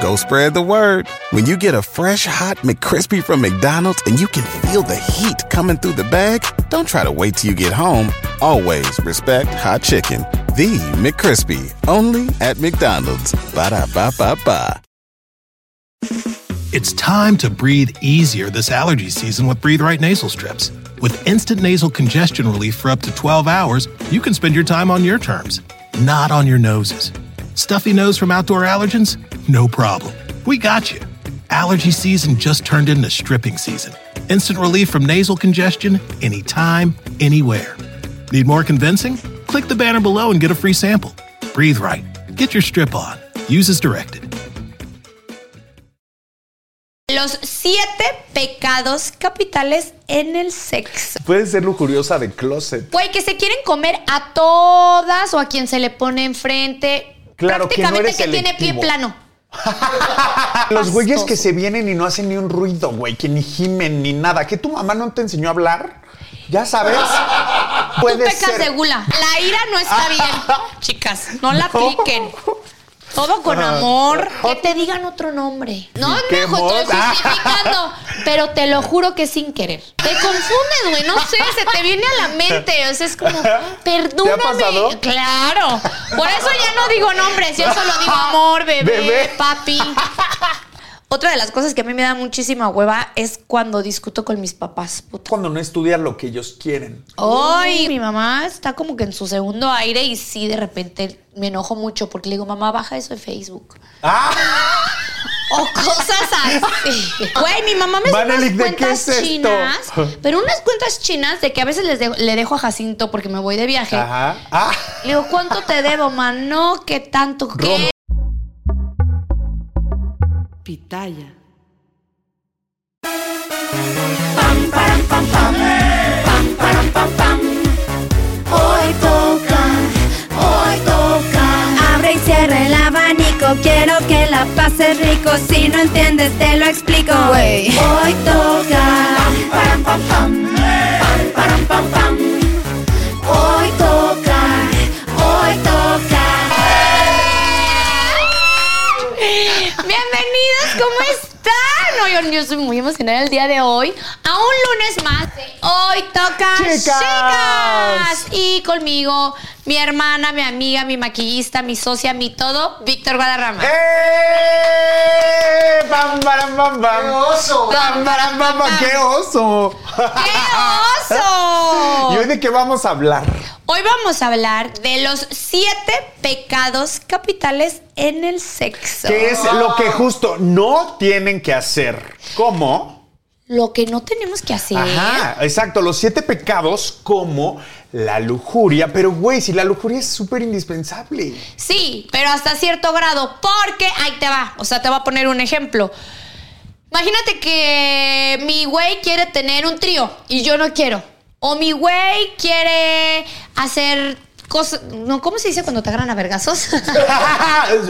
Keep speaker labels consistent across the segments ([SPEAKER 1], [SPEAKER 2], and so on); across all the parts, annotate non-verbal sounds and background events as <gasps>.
[SPEAKER 1] Go spread the word. When you get a fresh hot McCrispy from McDonald's and you can feel the heat coming through the bag, don't try to wait till you get home. Always respect hot chicken. The McCrispy, only at McDonald's. Ba da ba ba ba.
[SPEAKER 2] It's time to breathe easier this allergy season with Breathe Right Nasal Strips. With instant nasal congestion relief for up to 12 hours, you can spend your time on your terms, not on your noses. Stuffy nose from outdoor allergens? No problem. We got you. Allergy season just turned into stripping season. Instant relief from nasal congestion anytime, anywhere. Need more convincing? Click the banner below and get a free sample. Breathe Right. Get your strip on. Use as directed.
[SPEAKER 3] Los siete pecados capitales en el sexo.
[SPEAKER 4] Puede ser lujuriosa de closet.
[SPEAKER 3] Güey, que se quieren comer a todas o a quien se le pone enfrente.
[SPEAKER 4] Claro, que no
[SPEAKER 3] Prácticamente
[SPEAKER 4] eres
[SPEAKER 3] que, tiene pie
[SPEAKER 4] selectivo.
[SPEAKER 3] plano. Ah,
[SPEAKER 4] Los güeyes
[SPEAKER 3] Ascoso.
[SPEAKER 4] que se vienen y no hacen ni un ruido, güey, que ni gimen ni nada. ¿Que tu mamá no te enseñó a hablar?
[SPEAKER 3] <laughs>
[SPEAKER 4] Ya sabes.
[SPEAKER 3] Tú
[SPEAKER 4] Puede
[SPEAKER 3] pecas
[SPEAKER 4] ser.
[SPEAKER 3] de gula. La ira no
[SPEAKER 4] <laughs>
[SPEAKER 3] está bien, chicas. No la apliquen. Todo con amor. Que te digan otro nombre. No, no,
[SPEAKER 4] Ah, qué
[SPEAKER 3] estoy
[SPEAKER 4] moda. <laughs>
[SPEAKER 3] justificando. Pero te lo juro que es sin querer. Te confundes, güey. No sé, se te viene a la mente. O sea, es como, perdóname.
[SPEAKER 4] pasado?
[SPEAKER 3] Claro. Por eso ya no digo nombres. Yo solo
[SPEAKER 4] <laughs>
[SPEAKER 3] digo amor, bebé,
[SPEAKER 4] Bebé. <laughs>
[SPEAKER 3] papi. Otra de las cosas que a mí me da muchísima hueva es cuando discuto con mis papás. Puta.
[SPEAKER 4] Cuando no estudian lo que ellos quieren.
[SPEAKER 3] Hoy mi mamá está como que en su segundo aire y sí, de repente me enojo mucho porque le digo, mamá, baja eso de Facebook.
[SPEAKER 4] Ah.
[SPEAKER 3] <laughs> O cosas así. Güey, mi mamá me hace
[SPEAKER 4] Manelik,
[SPEAKER 3] unas
[SPEAKER 4] ¿de qué
[SPEAKER 3] cuentas
[SPEAKER 4] es esto? <laughs>
[SPEAKER 3] chinas, pero unas cuentas chinas de que a veces les dejo- le dejo a Jacinto porque me voy de viaje.
[SPEAKER 4] Ajá. Ah.
[SPEAKER 3] Le digo, ¿cuánto te debo, mamá? No, ¿qué tanto?
[SPEAKER 4] Rom-
[SPEAKER 3] ¿Qué?
[SPEAKER 5] Pitaya.
[SPEAKER 6] Hoy toca, hoy toca. Abre y cierra el abanico, quiero que la pases rico. Si no entiendes, te lo explico. Hoy toca. Hoy toca, hoy toca.
[SPEAKER 3] Bienvenidos, ¿cómo están? Oigan, yo soy muy emocionada el día de hoy. A un lunes más. de Hoy toca
[SPEAKER 4] Chicas.
[SPEAKER 3] Chicas. Y conmigo, mi hermana, mi amiga, mi maquillista, mi socia, mi todo, Víctor Guadarrama.
[SPEAKER 4] ¡Eh! ¡Pam, param, pam, pam! ¡Qué oso! ¡Pam, param, pam, pam! ¡Qué oso!
[SPEAKER 3] ¡Qué
[SPEAKER 4] ¿Y hoy
[SPEAKER 3] oso!
[SPEAKER 4] de qué vamos a hablar?
[SPEAKER 3] Hoy vamos a hablar de los siete pecados capitales en el sexo.
[SPEAKER 4] ¿Qué es lo que justo no tienen que hacer? ¿Cómo?
[SPEAKER 3] Lo que no tenemos que hacer.
[SPEAKER 4] Ajá, exacto. Los siete pecados como la lujuria. Pero, güey, si la lujuria es súper indispensable.
[SPEAKER 3] Sí, pero hasta cierto grado, porque ahí te va. O sea, te voy a poner un ejemplo. Imagínate que mi güey quiere tener un trío y yo no quiero. O mi güey quiere hacer cosas. No, ¿cómo se dice cuando te agarran a
[SPEAKER 4] <laughs>
[SPEAKER 3] vergazos?
[SPEAKER 4] <laughs>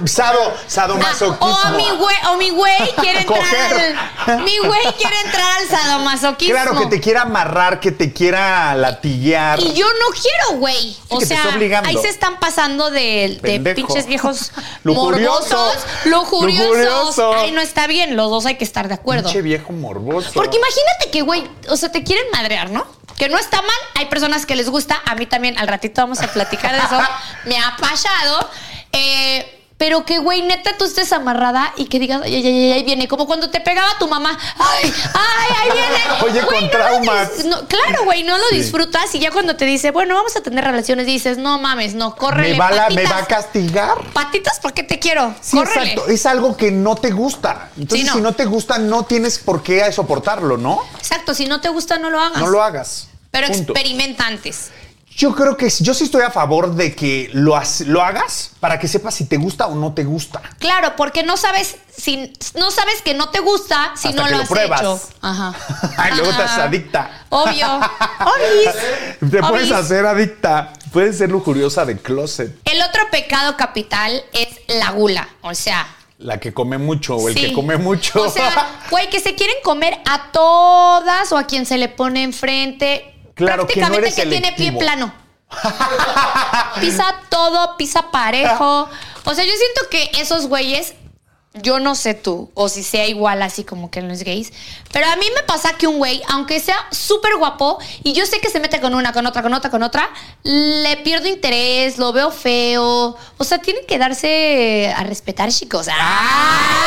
[SPEAKER 4] Sado, sadomasoquismo.
[SPEAKER 3] Ah, o mi güey, o mi güey quiere
[SPEAKER 4] Coger.
[SPEAKER 3] entrar al. Mi güey quiere entrar al sadomasoquismo.
[SPEAKER 4] Claro, que te quiera amarrar, que te quiera latiguear.
[SPEAKER 3] Y yo no quiero, güey. O
[SPEAKER 4] que te
[SPEAKER 3] sea,
[SPEAKER 4] está obligando.
[SPEAKER 3] ahí se están pasando de, de
[SPEAKER 4] Pendejo.
[SPEAKER 3] pinches viejos
[SPEAKER 4] <laughs> Lujurioso.
[SPEAKER 3] morbosos, lujuriosos.
[SPEAKER 4] Lujurioso.
[SPEAKER 3] Ay, no está bien. Los dos hay que estar de acuerdo.
[SPEAKER 4] Pinche viejo morboso.
[SPEAKER 3] Porque imagínate que, güey, o sea, te quieren madrear, ¿no? Que no está mal. Hay personas que les gusta. A mí también. Al ratito vamos a platicar de eso.
[SPEAKER 4] <laughs>
[SPEAKER 3] Me ha pasado. Eh, Pero que, güey, neta, tú estés amarrada y que digas, ay, ay, ay, ahí viene. Como cuando te pegaba tu mamá. Ay, ay, ahí viene.
[SPEAKER 4] <laughs> Oye,
[SPEAKER 3] Güey,
[SPEAKER 4] con
[SPEAKER 3] no lo
[SPEAKER 4] traumas.
[SPEAKER 3] dis- no, claro, güey, no lo disfrutas y ya cuando te dice, bueno, vamos a tener relaciones, dices, no mames, no, córrele.
[SPEAKER 4] me, va la- me
[SPEAKER 3] patitas.
[SPEAKER 4] va a castigar.
[SPEAKER 3] Patitas, porque te quiero?
[SPEAKER 4] Sí,
[SPEAKER 3] córrele.
[SPEAKER 4] exacto. Es algo que no te gusta. Entonces,
[SPEAKER 3] Sí, no.
[SPEAKER 4] si no te gusta, no tienes por qué soportarlo, ¿no?
[SPEAKER 3] Exacto, si no te gusta, no lo hagas.
[SPEAKER 4] No lo hagas.
[SPEAKER 3] Pero
[SPEAKER 4] Punto.
[SPEAKER 3] experimenta antes.
[SPEAKER 4] Yo creo que yo sí estoy a favor de que lo, has- lo hagas para que sepas si te gusta o no te gusta.
[SPEAKER 3] Claro, porque no sabes si no sabes que no te gusta si
[SPEAKER 4] Hasta
[SPEAKER 3] no
[SPEAKER 4] que
[SPEAKER 3] lo
[SPEAKER 4] lo
[SPEAKER 3] has
[SPEAKER 4] pruebas.
[SPEAKER 3] hecho. Ajá.
[SPEAKER 4] Ay, <laughs> luego te haces
[SPEAKER 3] Ajá.
[SPEAKER 4] adicta.
[SPEAKER 3] Obvio.
[SPEAKER 4] <laughs>
[SPEAKER 3] Obis.
[SPEAKER 4] Te puedes
[SPEAKER 3] Obis.
[SPEAKER 4] hacer adicta. Puedes ser lujuriosa de closet.
[SPEAKER 3] El otro pecado capital es la gula, o sea,
[SPEAKER 4] La que come mucho o el
[SPEAKER 3] sí.
[SPEAKER 4] que come mucho.
[SPEAKER 3] O sea, güey, que se quieren comer a todas o a quien se le pone enfrente.
[SPEAKER 4] Claro, que no
[SPEAKER 3] Prácticamente
[SPEAKER 4] eres
[SPEAKER 3] que, tiene pie
[SPEAKER 4] selectivo. <laughs>
[SPEAKER 3] plano. pisa todo, pisa parejo. O sea, yo siento que esos güeyes Yo no sé tú, o si sea igual así como que en los gays, pero a mí me pasa que un güey, aunque sea súper guapo, y yo sé que se mete con una, con otra, con otra, con otra, le pierdo interés, lo veo feo. O sea, tienen que darse a respetar, chicos. ¡Ah!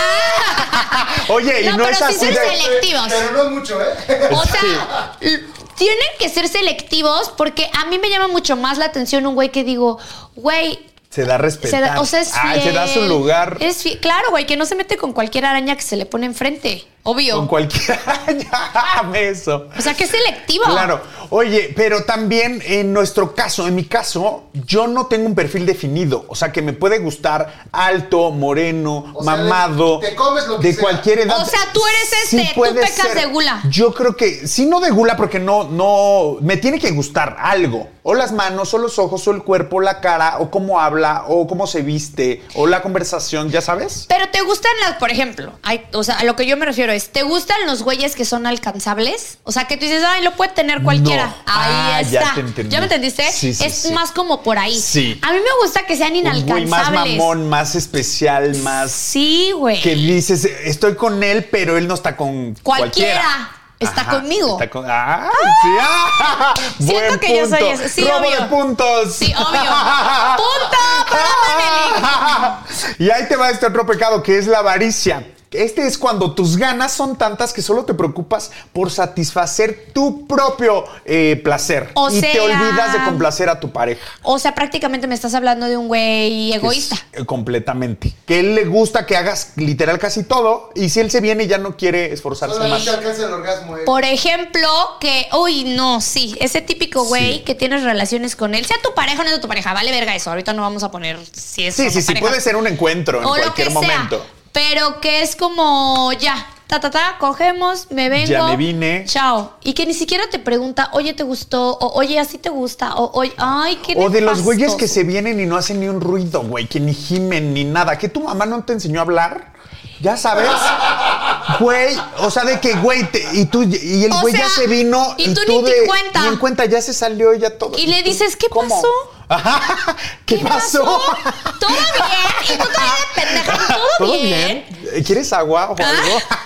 [SPEAKER 4] <laughs> <laughs> Oye, y no
[SPEAKER 3] pero
[SPEAKER 4] es
[SPEAKER 3] sí
[SPEAKER 4] así
[SPEAKER 3] ser
[SPEAKER 4] de-
[SPEAKER 3] selectivos.
[SPEAKER 7] Pero no mucho, ¿eh?
[SPEAKER 4] <laughs>
[SPEAKER 3] O sea, l- tienen que ser selectivos porque a mí me llama mucho más la atención un güey que digo, güey.
[SPEAKER 4] Se da respeto.
[SPEAKER 3] se da- o sea, es
[SPEAKER 4] Ah, se da su
[SPEAKER 3] fiel,
[SPEAKER 4] lugar
[SPEAKER 3] Es fiel. Claro, güey, que no se mete con cualquier araña que se le pone enfrente. Obvio.
[SPEAKER 4] con <laughs> cualquier beso.
[SPEAKER 3] O sea, que es selectivo.
[SPEAKER 4] Claro. Oye, pero también en nuestro caso, en mi caso, yo no tengo un perfil definido. O sea, que me puede gustar alto, moreno,
[SPEAKER 7] O sea,
[SPEAKER 4] mamado.
[SPEAKER 7] te comes lo que
[SPEAKER 4] De
[SPEAKER 7] sea.
[SPEAKER 4] cualquier edad.
[SPEAKER 3] O sea, tú eres este, tú
[SPEAKER 4] puede
[SPEAKER 3] pecas de gula.
[SPEAKER 4] Yo creo que, sí, no de gula, porque no, no, me tiene que gustar algo. O las manos, o los ojos, o el cuerpo, la cara, o cómo habla, o cómo se viste, o la conversación, ¿ya sabes?
[SPEAKER 3] Pero te gustan las, por ejemplo, ay, o sea, a lo que yo me refiero es, ¿te gustan los güeyes que son alcanzables? O sea, que tú dices, ay, lo puede tener cualquiera.
[SPEAKER 4] No.
[SPEAKER 3] Ahí
[SPEAKER 4] Ah, ya
[SPEAKER 3] está.
[SPEAKER 4] te entendí.
[SPEAKER 3] me entendiste?
[SPEAKER 4] Sí, sí,
[SPEAKER 3] es
[SPEAKER 4] sí.
[SPEAKER 3] más como por ahí.
[SPEAKER 4] Sí.
[SPEAKER 3] A mí me gusta que sean
[SPEAKER 4] Un güey
[SPEAKER 3] inalcanzables.
[SPEAKER 4] más mamón, más especial, más.
[SPEAKER 3] Sí, güey.
[SPEAKER 4] que dices, estoy con él, pero él no está con cualquiera.
[SPEAKER 3] Cualquiera está
[SPEAKER 4] Ajá,
[SPEAKER 3] conmigo.
[SPEAKER 4] está con- ¡Ah! sí, ah, <laughs> buen
[SPEAKER 3] que yo soy
[SPEAKER 4] punto.
[SPEAKER 3] esa. Sí,
[SPEAKER 4] Robo
[SPEAKER 3] obvio.
[SPEAKER 4] de puntos.
[SPEAKER 3] Sí,
[SPEAKER 4] <laughs>
[SPEAKER 3] obvio. Punto para
[SPEAKER 4] Y ahí te va este otro pecado que es la avaricia. Este es cuando tus ganas son tantas que solo te preocupas por satisfacer tu propio eh, placer.
[SPEAKER 3] O
[SPEAKER 4] y te
[SPEAKER 3] sea-
[SPEAKER 4] olvidas de complacer a tu pareja.
[SPEAKER 3] O sea, prácticamente me estás hablando de un güey egoísta.
[SPEAKER 4] Es, eh, completamente. Que él le gusta que hagas literal casi todo y si él se viene ya no quiere esforzarse más.
[SPEAKER 7] Solamente alcanza el orgasmo, ¿eh?
[SPEAKER 3] Por ejemplo, que, uy, no, sí, ese típico güey que tienes relaciones con él, sea tu pareja o no sea tu pareja, vale verga eso, ahorita no vamos a poner si es o
[SPEAKER 4] Sí,
[SPEAKER 3] no
[SPEAKER 4] sí, sí,
[SPEAKER 3] pareja.
[SPEAKER 4] puede ser un encuentro en
[SPEAKER 3] o lo
[SPEAKER 4] cualquier
[SPEAKER 3] que
[SPEAKER 4] momento.
[SPEAKER 3] sea, pero que es como ya, ta ta ta, cogemos, me vengo,
[SPEAKER 4] Ya me vine.
[SPEAKER 3] chao, y que ni siquiera te pregunta, "Oye, ¿te gustó?" o "Oye, así te gusta?" o "Oye, ay, qué
[SPEAKER 4] O de los güeyes que
[SPEAKER 3] nefastoso.
[SPEAKER 4] se vienen y no hacen ni un ruido, güey, que ni gimen ni nada. ¿Que tu mamá no te enseñó a hablar?
[SPEAKER 3] <laughs>
[SPEAKER 4] Ya sabes. Güey, o sea, de que, güey, te- y tú, y el
[SPEAKER 3] O
[SPEAKER 4] güey
[SPEAKER 3] sea,
[SPEAKER 4] ya se vino.
[SPEAKER 3] y tú ni te
[SPEAKER 4] de-
[SPEAKER 3] cuenta.
[SPEAKER 4] Ni en cuenta, ya se salió ya todo.
[SPEAKER 3] Y le
[SPEAKER 4] tú,
[SPEAKER 3] dices, "¿Qué pasó?"
[SPEAKER 4] Ajá, <laughs> ¿Qué, pasó?
[SPEAKER 3] Todo bien, y tú todavía de pendeja,
[SPEAKER 4] <laughs>
[SPEAKER 3] todo, bien.
[SPEAKER 4] Eh, ¿Quieres agua o algo?
[SPEAKER 3] Ah.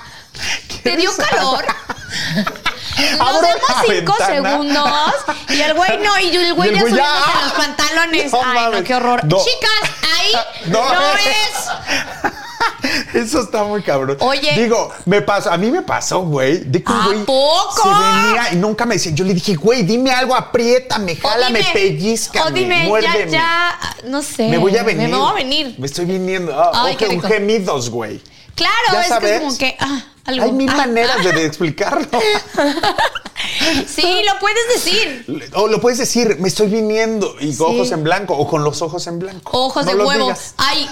[SPEAKER 3] Te dio
[SPEAKER 4] ¿Quieres <laughs>
[SPEAKER 3] calor.
[SPEAKER 4] agua?
[SPEAKER 3] Nos
[SPEAKER 4] Abro
[SPEAKER 3] vemos
[SPEAKER 4] la
[SPEAKER 3] cinco
[SPEAKER 4] ventana.
[SPEAKER 3] segundos y el güey no, y yo- el güey
[SPEAKER 4] Y el
[SPEAKER 3] ya
[SPEAKER 4] güey ya.
[SPEAKER 3] subiéndose los pantalones.
[SPEAKER 4] No
[SPEAKER 3] Ay,
[SPEAKER 4] mames.
[SPEAKER 3] no, qué horror.
[SPEAKER 4] No.
[SPEAKER 3] Chicas, ahí no,
[SPEAKER 4] No es.
[SPEAKER 3] es.
[SPEAKER 4] <laughs> Eso está muy cabrón.
[SPEAKER 3] Oye.
[SPEAKER 4] Digo, me pasó, a mí me pasó, güey. De que un
[SPEAKER 3] ¿A
[SPEAKER 4] güey
[SPEAKER 3] poco?
[SPEAKER 4] Se venía y nunca me decía. Yo le dije, güey, dime algo, apriétame,
[SPEAKER 3] O
[SPEAKER 4] jálame,
[SPEAKER 3] dime- O
[SPEAKER 4] pellizcame,
[SPEAKER 3] dime, ya,
[SPEAKER 4] muérdeme.
[SPEAKER 3] ya, no sé.
[SPEAKER 4] Me voy a venir.
[SPEAKER 3] Me, voy a venir.
[SPEAKER 4] Me estoy viniendo. Ah,
[SPEAKER 3] Ay,
[SPEAKER 4] o
[SPEAKER 3] qué
[SPEAKER 4] que-
[SPEAKER 3] rico.
[SPEAKER 4] gemidos, güey.
[SPEAKER 3] Claro,
[SPEAKER 4] Ya
[SPEAKER 3] es que
[SPEAKER 4] sabes.
[SPEAKER 3] es como que, ah, algo.
[SPEAKER 4] Hay mil
[SPEAKER 3] ah,
[SPEAKER 4] maneras de,
[SPEAKER 3] ah.
[SPEAKER 4] de explicarlo.
[SPEAKER 3] Sí, lo puedes decir.
[SPEAKER 4] O lo puedes decir, me estoy viniendo y
[SPEAKER 3] Sí.
[SPEAKER 4] ojos en blanco o con los ojos en blanco.
[SPEAKER 3] Ojos
[SPEAKER 4] No
[SPEAKER 3] de
[SPEAKER 4] los
[SPEAKER 3] huevo.
[SPEAKER 4] digas.
[SPEAKER 3] Ay,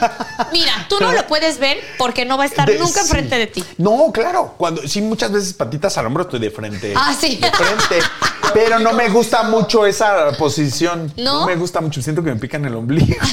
[SPEAKER 3] mira, tú no lo
[SPEAKER 4] <laughs>
[SPEAKER 3] puedes ver porque no va a estar
[SPEAKER 4] De-
[SPEAKER 3] nunca
[SPEAKER 4] sí.
[SPEAKER 3] enfrente de ti.
[SPEAKER 4] No, claro. Cuando sí, muchas veces patitas al hombro estoy de frente.
[SPEAKER 3] Ah, sí.
[SPEAKER 4] De frente. Pero no me gusta mucho esa posición.
[SPEAKER 3] ¿No?
[SPEAKER 4] me gusta mucho. Siento que me pican el ombligo.
[SPEAKER 3] <laughs>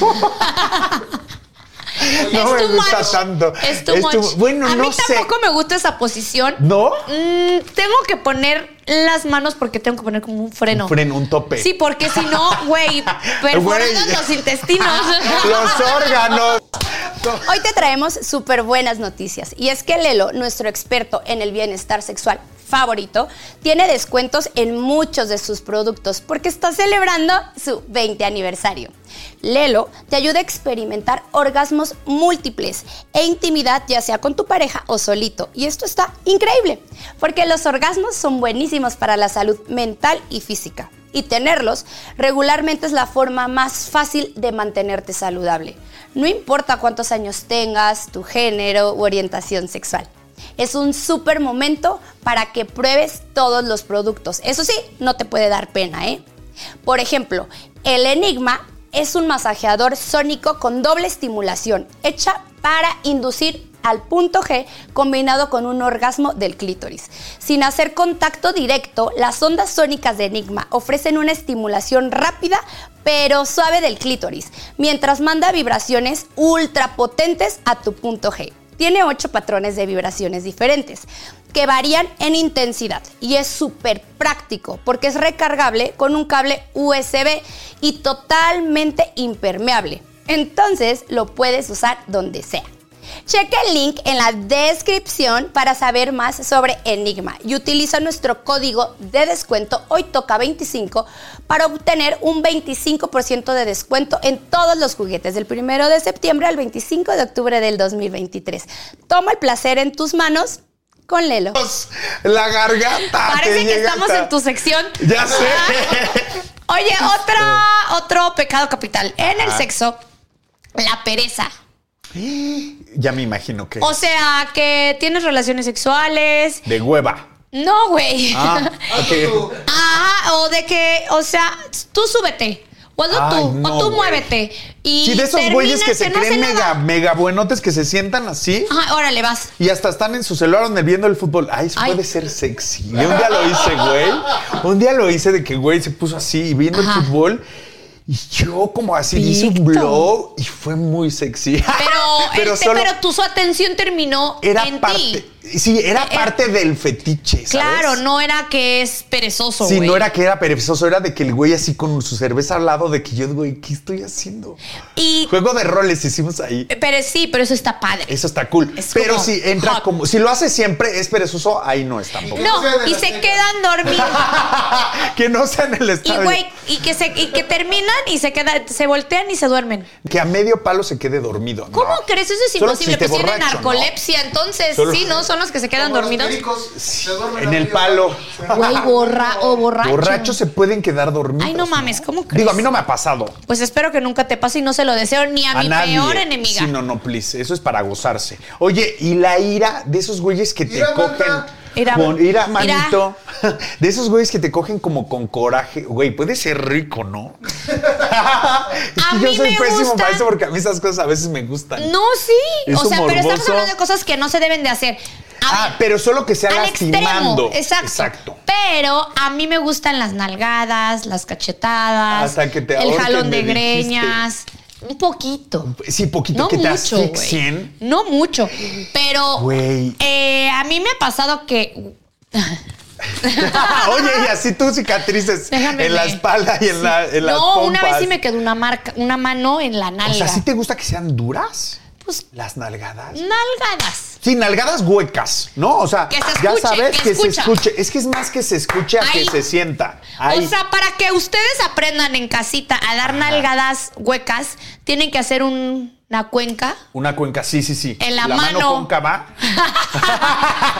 [SPEAKER 4] no
[SPEAKER 3] es
[SPEAKER 4] me
[SPEAKER 3] too
[SPEAKER 4] gusta
[SPEAKER 3] much.
[SPEAKER 4] tanto.
[SPEAKER 3] Es too
[SPEAKER 4] Es too-
[SPEAKER 3] much.
[SPEAKER 4] Bueno,
[SPEAKER 3] a
[SPEAKER 4] no
[SPEAKER 3] mí
[SPEAKER 4] sé.
[SPEAKER 3] tampoco me gusta esa posición.
[SPEAKER 4] ¿No?
[SPEAKER 3] Mm, tengo que poner las manos porque tengo que poner como un freno.
[SPEAKER 4] Un freno, un tope.
[SPEAKER 3] Sí, porque si no, güey, perforan
[SPEAKER 4] <laughs> Güey.
[SPEAKER 3] los intestinos.
[SPEAKER 4] <laughs> Los órganos.
[SPEAKER 8] <laughs> Hoy te traemos súper buenas noticias y es que Lelo, nuestro experto en el bienestar sexual favorito, tiene descuentos en muchos de sus productos porque está celebrando su 20 aniversario. Lelo te ayuda a experimentar orgasmos múltiples e intimidad ya sea con tu pareja o solito y esto está increíble porque los orgasmos son buenísimos para la salud mental y física y tenerlos regularmente es la forma más fácil de mantenerte saludable. No importa cuántos años tengas, tu género u orientación sexual. Es un súper momento para que pruebes todos los productos. Eso sí, no te puede dar pena, ¿eh? Por ejemplo, el Enigma es un masajeador sónico con doble estimulación, hecha para inducir al punto G combinado con un orgasmo del clítoris. Sin hacer contacto directo, las ondas sónicas de Enigma ofrecen una estimulación rápida pero suave del clítoris, mientras manda vibraciones ultra potentes a tu punto G. Tiene ocho patrones de vibraciones diferentes que varían en intensidad y es súper práctico porque es recargable con un cable USB y totalmente impermeable. Entonces lo puedes usar donde sea. Checa el link en la descripción para saber más sobre Enigma y utiliza nuestro código de descuento hoy toca 25 para obtener un 25% de descuento en todos los juguetes del 1 de septiembre al 25 de octubre del 2023. Toma el placer en tus manos con Lelo.
[SPEAKER 4] La garganta.
[SPEAKER 3] <laughs> Parece
[SPEAKER 4] te
[SPEAKER 3] que
[SPEAKER 4] llega
[SPEAKER 3] estamos
[SPEAKER 4] hasta-
[SPEAKER 3] en Ah. tu sección.
[SPEAKER 4] Ya sé.
[SPEAKER 3] Oye, otra, otro pecado capital. En
[SPEAKER 4] Ah.
[SPEAKER 3] el sexo, la pereza.
[SPEAKER 4] <gasps> ya me imagino que.
[SPEAKER 3] O sea, que tienes relaciones sexuales.
[SPEAKER 4] de hueva.
[SPEAKER 3] No, güey. <laughs>
[SPEAKER 4] Ah, ok.
[SPEAKER 3] Ajá, o de que, o sea, tú súbete. O hazlo
[SPEAKER 4] Ay,
[SPEAKER 3] tú,
[SPEAKER 4] no,
[SPEAKER 3] o tú
[SPEAKER 4] güey.
[SPEAKER 3] muévete. Y
[SPEAKER 4] Sí, de esos
[SPEAKER 3] terminas
[SPEAKER 4] güeyes que se
[SPEAKER 3] no hace
[SPEAKER 4] creen mega,
[SPEAKER 3] nada.
[SPEAKER 4] mega buenotes que se sientan así
[SPEAKER 3] Ajá, órale, vas.
[SPEAKER 4] y hasta están en su celular donde viendo el fútbol. Ay, eso
[SPEAKER 3] Ay.
[SPEAKER 4] puede ser sexy. Yo un día lo hice, güey. Un día lo hice de que, güey, se puso así y viendo
[SPEAKER 3] Ajá.
[SPEAKER 4] el fútbol. Y yo como así hice un
[SPEAKER 3] Víctor.
[SPEAKER 4] blow y fue muy sexy. <laughs>
[SPEAKER 3] Pero, este,
[SPEAKER 4] solo
[SPEAKER 3] pero tu su atención terminó
[SPEAKER 4] era
[SPEAKER 3] en
[SPEAKER 4] parte.
[SPEAKER 3] ti.
[SPEAKER 4] Sí, era
[SPEAKER 3] Eh,
[SPEAKER 4] parte del fetiche. ¿sabes?
[SPEAKER 3] Claro, no era que es perezoso,
[SPEAKER 4] Sí,
[SPEAKER 3] güey.
[SPEAKER 4] no era que era perezoso, era de que el güey así con su cerveza al lado de que yo, güey, ¿qué estoy haciendo?
[SPEAKER 3] Y,
[SPEAKER 4] Juego de roles hicimos ahí.
[SPEAKER 3] pero sí, pero eso está padre.
[SPEAKER 4] Eso está cool.
[SPEAKER 3] Es
[SPEAKER 4] Pero
[SPEAKER 3] como
[SPEAKER 4] si entra
[SPEAKER 3] hot.
[SPEAKER 4] como. Si lo hace siempre, es perezoso, ahí no es tampoco.
[SPEAKER 7] Eso es
[SPEAKER 3] No,
[SPEAKER 7] de
[SPEAKER 3] y
[SPEAKER 7] las
[SPEAKER 3] se
[SPEAKER 7] chicas.
[SPEAKER 3] quedan dormidos.
[SPEAKER 4] <laughs> que no sea en el
[SPEAKER 3] Y
[SPEAKER 4] estadio.
[SPEAKER 3] güey, y que se, y que terminan y se quedan, se voltean y se duermen.
[SPEAKER 4] Que a medio palo se quede dormido.
[SPEAKER 3] ¿Cómo
[SPEAKER 4] no.
[SPEAKER 3] crees? Eso es
[SPEAKER 4] Solo
[SPEAKER 3] imposible.
[SPEAKER 4] si te
[SPEAKER 3] pues tienen
[SPEAKER 4] borracho, ¿no?
[SPEAKER 3] narcolepsia, entonces
[SPEAKER 4] Solo-
[SPEAKER 3] sí, ¿no? Son los que se quedan
[SPEAKER 7] Como los
[SPEAKER 3] dormidos.
[SPEAKER 7] pericos, se duermen
[SPEAKER 4] En
[SPEAKER 7] a
[SPEAKER 4] el
[SPEAKER 7] medio
[SPEAKER 4] palo.
[SPEAKER 7] palo.
[SPEAKER 3] Güey, borra o borracho.
[SPEAKER 4] Borrachos se pueden quedar dormidos.
[SPEAKER 3] Ay, no mames, ¿cómo crees?
[SPEAKER 4] Digo, a mí no me ha pasado.
[SPEAKER 3] Pues espero que nunca te pase y no se lo deseo ni a,
[SPEAKER 4] A
[SPEAKER 3] mi
[SPEAKER 4] nadie.
[SPEAKER 3] peor enemiga.
[SPEAKER 4] Sí, no, no, please. Eso es para gozarse. Oye, y la ira de esos güeyes que te
[SPEAKER 7] Ira,
[SPEAKER 4] cogen.
[SPEAKER 7] manta.
[SPEAKER 3] Ira.
[SPEAKER 4] con ira,
[SPEAKER 3] Ira.
[SPEAKER 4] manito. <laughs> De esos güeyes que te cogen como con coraje. Güey, puede ser rico, ¿no? <laughs> es
[SPEAKER 3] A
[SPEAKER 4] que yo
[SPEAKER 3] mí
[SPEAKER 4] soy
[SPEAKER 3] me
[SPEAKER 4] pésimo
[SPEAKER 3] gusta-
[SPEAKER 4] para eso porque a mí esas cosas a veces me gustan.
[SPEAKER 3] No, sí.
[SPEAKER 4] Eso
[SPEAKER 3] o sea, pero estamos
[SPEAKER 4] morboso.
[SPEAKER 3] hablando de cosas que no se deben de hacer. A
[SPEAKER 4] Ah,
[SPEAKER 3] ver,
[SPEAKER 4] pero solo que sea
[SPEAKER 3] al
[SPEAKER 4] lastimando.
[SPEAKER 3] extremo. Exacto. Pero a mí me gustan las nalgadas, las cachetadas,
[SPEAKER 4] Hasta que te
[SPEAKER 3] el
[SPEAKER 4] ahorquen,
[SPEAKER 3] jalón de
[SPEAKER 4] me dijiste.
[SPEAKER 3] greñas. Un poquito.
[SPEAKER 4] Sí, poquito
[SPEAKER 3] No
[SPEAKER 4] que te
[SPEAKER 3] mucho, güey. <laughs>
[SPEAKER 4] asfixien.
[SPEAKER 3] No mucho. Pero
[SPEAKER 4] Güey.
[SPEAKER 3] eh, a mí me ha pasado que.
[SPEAKER 4] Oye, y así tú cicatrices
[SPEAKER 3] Déjame
[SPEAKER 4] en la
[SPEAKER 3] ver.
[SPEAKER 4] espalda y en,
[SPEAKER 3] Sí.
[SPEAKER 4] la, en las
[SPEAKER 3] No, una vez
[SPEAKER 4] pompas.
[SPEAKER 3] sí me quedó una marca, una mano en la
[SPEAKER 4] O
[SPEAKER 3] nalga.
[SPEAKER 4] sea, ¿sí te gusta que sean duras?
[SPEAKER 3] Pues
[SPEAKER 4] Las nalgadas.
[SPEAKER 3] nalgadas.
[SPEAKER 4] Sí, nalgadas huecas, ¿no? O sea,
[SPEAKER 3] Que se
[SPEAKER 4] ya
[SPEAKER 3] escuche,
[SPEAKER 4] sabes
[SPEAKER 3] que
[SPEAKER 4] que se
[SPEAKER 3] escucha.
[SPEAKER 4] escuche. Es que es más que se escuche a
[SPEAKER 3] Ahí.
[SPEAKER 4] que se sienta. Ahí.
[SPEAKER 3] O sea, para que ustedes aprendan en casita a dar nalgadas huecas, tienen que hacer un- una
[SPEAKER 4] <laughs>
[SPEAKER 3] cuenca.
[SPEAKER 4] una cuenca, sí, sí, sí.
[SPEAKER 3] En la
[SPEAKER 4] mano
[SPEAKER 3] mano.
[SPEAKER 4] cóncava.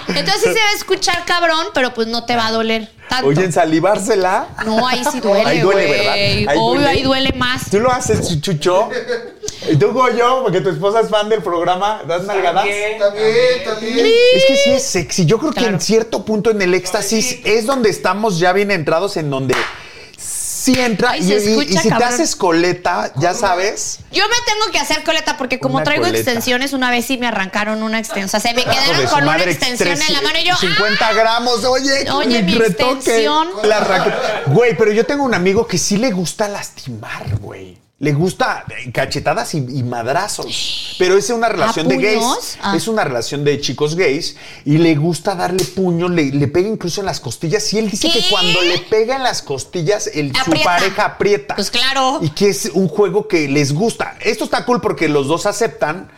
[SPEAKER 3] Entonces sí se va a escuchar cabrón, pero pues no te va a doler tanto.
[SPEAKER 4] Oye, en salivársela.
[SPEAKER 3] No, ahí sí duele,
[SPEAKER 4] Ahí duele,
[SPEAKER 3] güey.
[SPEAKER 4] ¿verdad?
[SPEAKER 3] Obvio, ahí duele más.
[SPEAKER 4] Tú lo haces, Chucho. Y tú, Goyo, porque tu esposa es fan del programa, ¿das nalgadas?
[SPEAKER 7] También, también.
[SPEAKER 4] Es que sí es sexy. Yo creo que en
[SPEAKER 3] Claro.
[SPEAKER 4] cierto punto en el éxtasis es donde estamos ya bien entrados, en donde sí entra
[SPEAKER 3] Ay,
[SPEAKER 4] y,
[SPEAKER 3] se
[SPEAKER 4] y- y
[SPEAKER 3] escucha,
[SPEAKER 4] si te
[SPEAKER 3] cabrón.
[SPEAKER 4] haces coleta, ya sabes.
[SPEAKER 3] Yo me tengo que hacer coleta porque como
[SPEAKER 4] Una
[SPEAKER 3] traigo
[SPEAKER 4] coleta.
[SPEAKER 3] extensiones, una vez sí me arrancaron una extensión. O sea, se me
[SPEAKER 4] Hijo
[SPEAKER 3] quedaron
[SPEAKER 4] de Ah, su
[SPEAKER 3] con una
[SPEAKER 4] madre,
[SPEAKER 3] extensión
[SPEAKER 4] tres-
[SPEAKER 3] en la mano y yo. ¡ah!
[SPEAKER 4] 50 gramos, oye,
[SPEAKER 3] Oye,
[SPEAKER 4] mi
[SPEAKER 3] mi extensión.
[SPEAKER 4] La arranqué. güey, pero yo tengo un amigo que sí le gusta lastimar, güey. Le gusta eh, cachetadas y, y madrazos. Pero es una relación de gays.
[SPEAKER 3] puños? Ah.
[SPEAKER 4] Es una relación de chicos gays. Y le gusta darle puño, le, le pega incluso en las costillas. Y él dice que
[SPEAKER 3] ¿Qué?
[SPEAKER 4] cuando le pega en las costillas, el, su
[SPEAKER 3] Aprieta.
[SPEAKER 4] pareja aprieta.
[SPEAKER 3] Pues claro.
[SPEAKER 4] Y que es un juego que les gusta. Esto está cool porque los dos aceptan.
[SPEAKER 3] "Ah,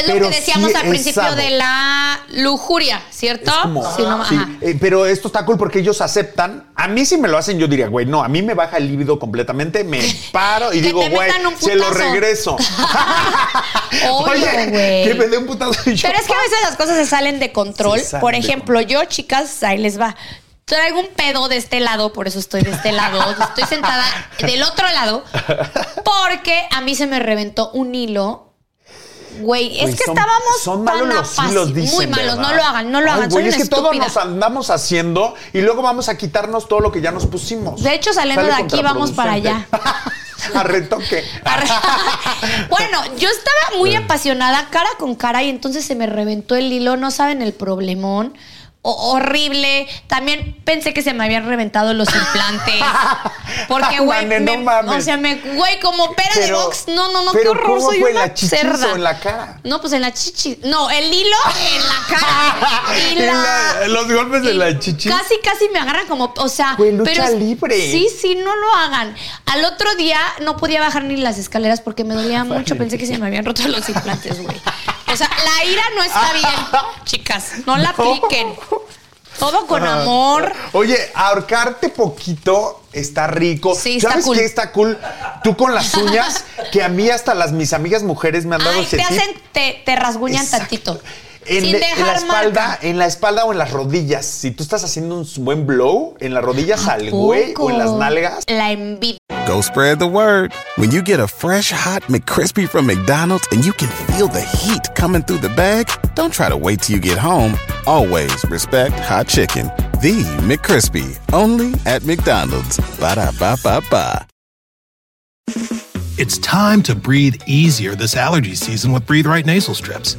[SPEAKER 3] Es lo
[SPEAKER 4] Pero
[SPEAKER 3] que decíamos
[SPEAKER 4] sí
[SPEAKER 3] al
[SPEAKER 4] es
[SPEAKER 3] principio
[SPEAKER 4] sado.
[SPEAKER 3] de la lujuria, ¿cierto?
[SPEAKER 4] Es como-
[SPEAKER 3] Sí, no,
[SPEAKER 4] sí,
[SPEAKER 3] ajá.
[SPEAKER 4] eh, pero esto está cool porque ellos aceptan. A mí si me lo hacen, yo diría, güey, no, a mí me baja el líbido
[SPEAKER 3] <laughs>
[SPEAKER 4] completamente, me paro y
[SPEAKER 3] Que
[SPEAKER 4] digo,
[SPEAKER 3] te
[SPEAKER 4] güey,
[SPEAKER 3] metan un
[SPEAKER 4] se lo
[SPEAKER 3] putazo". <laughs>
[SPEAKER 4] regreso. <laughs>
[SPEAKER 3] Obvio, güey.
[SPEAKER 4] que me dé un putazo y yo.
[SPEAKER 3] Pero es que a veces las cosas se salen de control.
[SPEAKER 4] Se salen
[SPEAKER 3] por
[SPEAKER 4] de
[SPEAKER 3] ejemplo, yo, chicas, ahí les va. Traigo un pedo de este lado, por eso estoy de este
[SPEAKER 4] <laughs>
[SPEAKER 3] lado. Estoy sentada del otro lado. Porque a mí se me reventó un hilo. Güey, es
[SPEAKER 4] Güey,
[SPEAKER 3] que
[SPEAKER 4] son-
[SPEAKER 3] estábamos
[SPEAKER 4] son
[SPEAKER 3] tan
[SPEAKER 4] malos los
[SPEAKER 3] afasi-
[SPEAKER 4] hilos, dicen,
[SPEAKER 3] Muy malos,
[SPEAKER 4] ¿verdad?
[SPEAKER 3] no lo hagan, no lo
[SPEAKER 4] Ay,
[SPEAKER 3] hagan.
[SPEAKER 4] güey,
[SPEAKER 3] son
[SPEAKER 4] es que
[SPEAKER 3] una
[SPEAKER 4] todos
[SPEAKER 3] estúpida.
[SPEAKER 4] nos andamos haciendo y luego vamos a quitarnos todo lo que ya nos pusimos.
[SPEAKER 3] De hecho, saliendo de aquí, vamos para allá.
[SPEAKER 4] contraproducente. <laughs> a retoque. <laughs>
[SPEAKER 3] bueno, yo estaba muy apasionada cara con cara y entonces se me reventó el hilo, no saben el problemón. O- horrible. También pensé que se me habían reventado los
[SPEAKER 4] <laughs>
[SPEAKER 3] implantes. Porque, güey,
[SPEAKER 4] Ah, Mane, no
[SPEAKER 3] me-
[SPEAKER 4] mames.
[SPEAKER 3] o sea, me, güey, como pera de
[SPEAKER 4] Pero-
[SPEAKER 3] box. No, no, no,
[SPEAKER 4] pero
[SPEAKER 3] qué horror.
[SPEAKER 4] ¿cómo
[SPEAKER 3] Soy
[SPEAKER 4] fue, en
[SPEAKER 3] una
[SPEAKER 4] la chichis
[SPEAKER 3] cerda.
[SPEAKER 4] o en la cara?
[SPEAKER 3] No, pues en la chichi. No, el hilo en
[SPEAKER 4] <laughs>
[SPEAKER 3] la cara. y
[SPEAKER 4] En
[SPEAKER 3] la-
[SPEAKER 4] la- los golpes de
[SPEAKER 3] y
[SPEAKER 4] la chichi.
[SPEAKER 3] Casi, casi me agarran como, o sea,
[SPEAKER 4] Güey, lucha
[SPEAKER 3] es-
[SPEAKER 4] libre.
[SPEAKER 3] Sí, sí, no lo hagan. Al otro día no podía bajar ni las escaleras porque me dolía mucho. Pensé que se me habían roto los implantes, güey. O sea, la ira no está
[SPEAKER 4] <laughs>
[SPEAKER 3] bien, chicas. No la apliquen. Todo con
[SPEAKER 4] Ah,
[SPEAKER 3] amor.
[SPEAKER 4] Oye, ahorcarte poquito está rico.
[SPEAKER 3] Sí, está
[SPEAKER 4] ¿Sabes
[SPEAKER 3] cool.
[SPEAKER 4] qué está cool? Tú
[SPEAKER 3] <laughs>
[SPEAKER 4] con las uñas, que a mí hasta las mis amigas mujeres me han dado
[SPEAKER 3] Ay,
[SPEAKER 4] ese
[SPEAKER 3] te
[SPEAKER 4] tip.
[SPEAKER 3] hacen, te, te rasguñan
[SPEAKER 4] Exacto.
[SPEAKER 3] tantito.
[SPEAKER 4] En,
[SPEAKER 3] sin
[SPEAKER 4] en
[SPEAKER 3] dejar
[SPEAKER 4] la espalda,
[SPEAKER 3] marca.
[SPEAKER 4] en la espalda o en las rodillas. Si tú estás haciendo un buen blow, en las rodillas al güey o en las
[SPEAKER 3] Poco.
[SPEAKER 4] nalgas.
[SPEAKER 3] La envidia.
[SPEAKER 1] Go spread the word. When you get a fresh hot McCrispy from McDonald's and you can feel the heat coming through the bag, don't try to wait till you get home. Always respect hot chicken. The McCrispy, only at McDonald's. Ba da ba ba ba.
[SPEAKER 2] It's time to breathe easier this allergy season with Breathe Right Nasal Strips.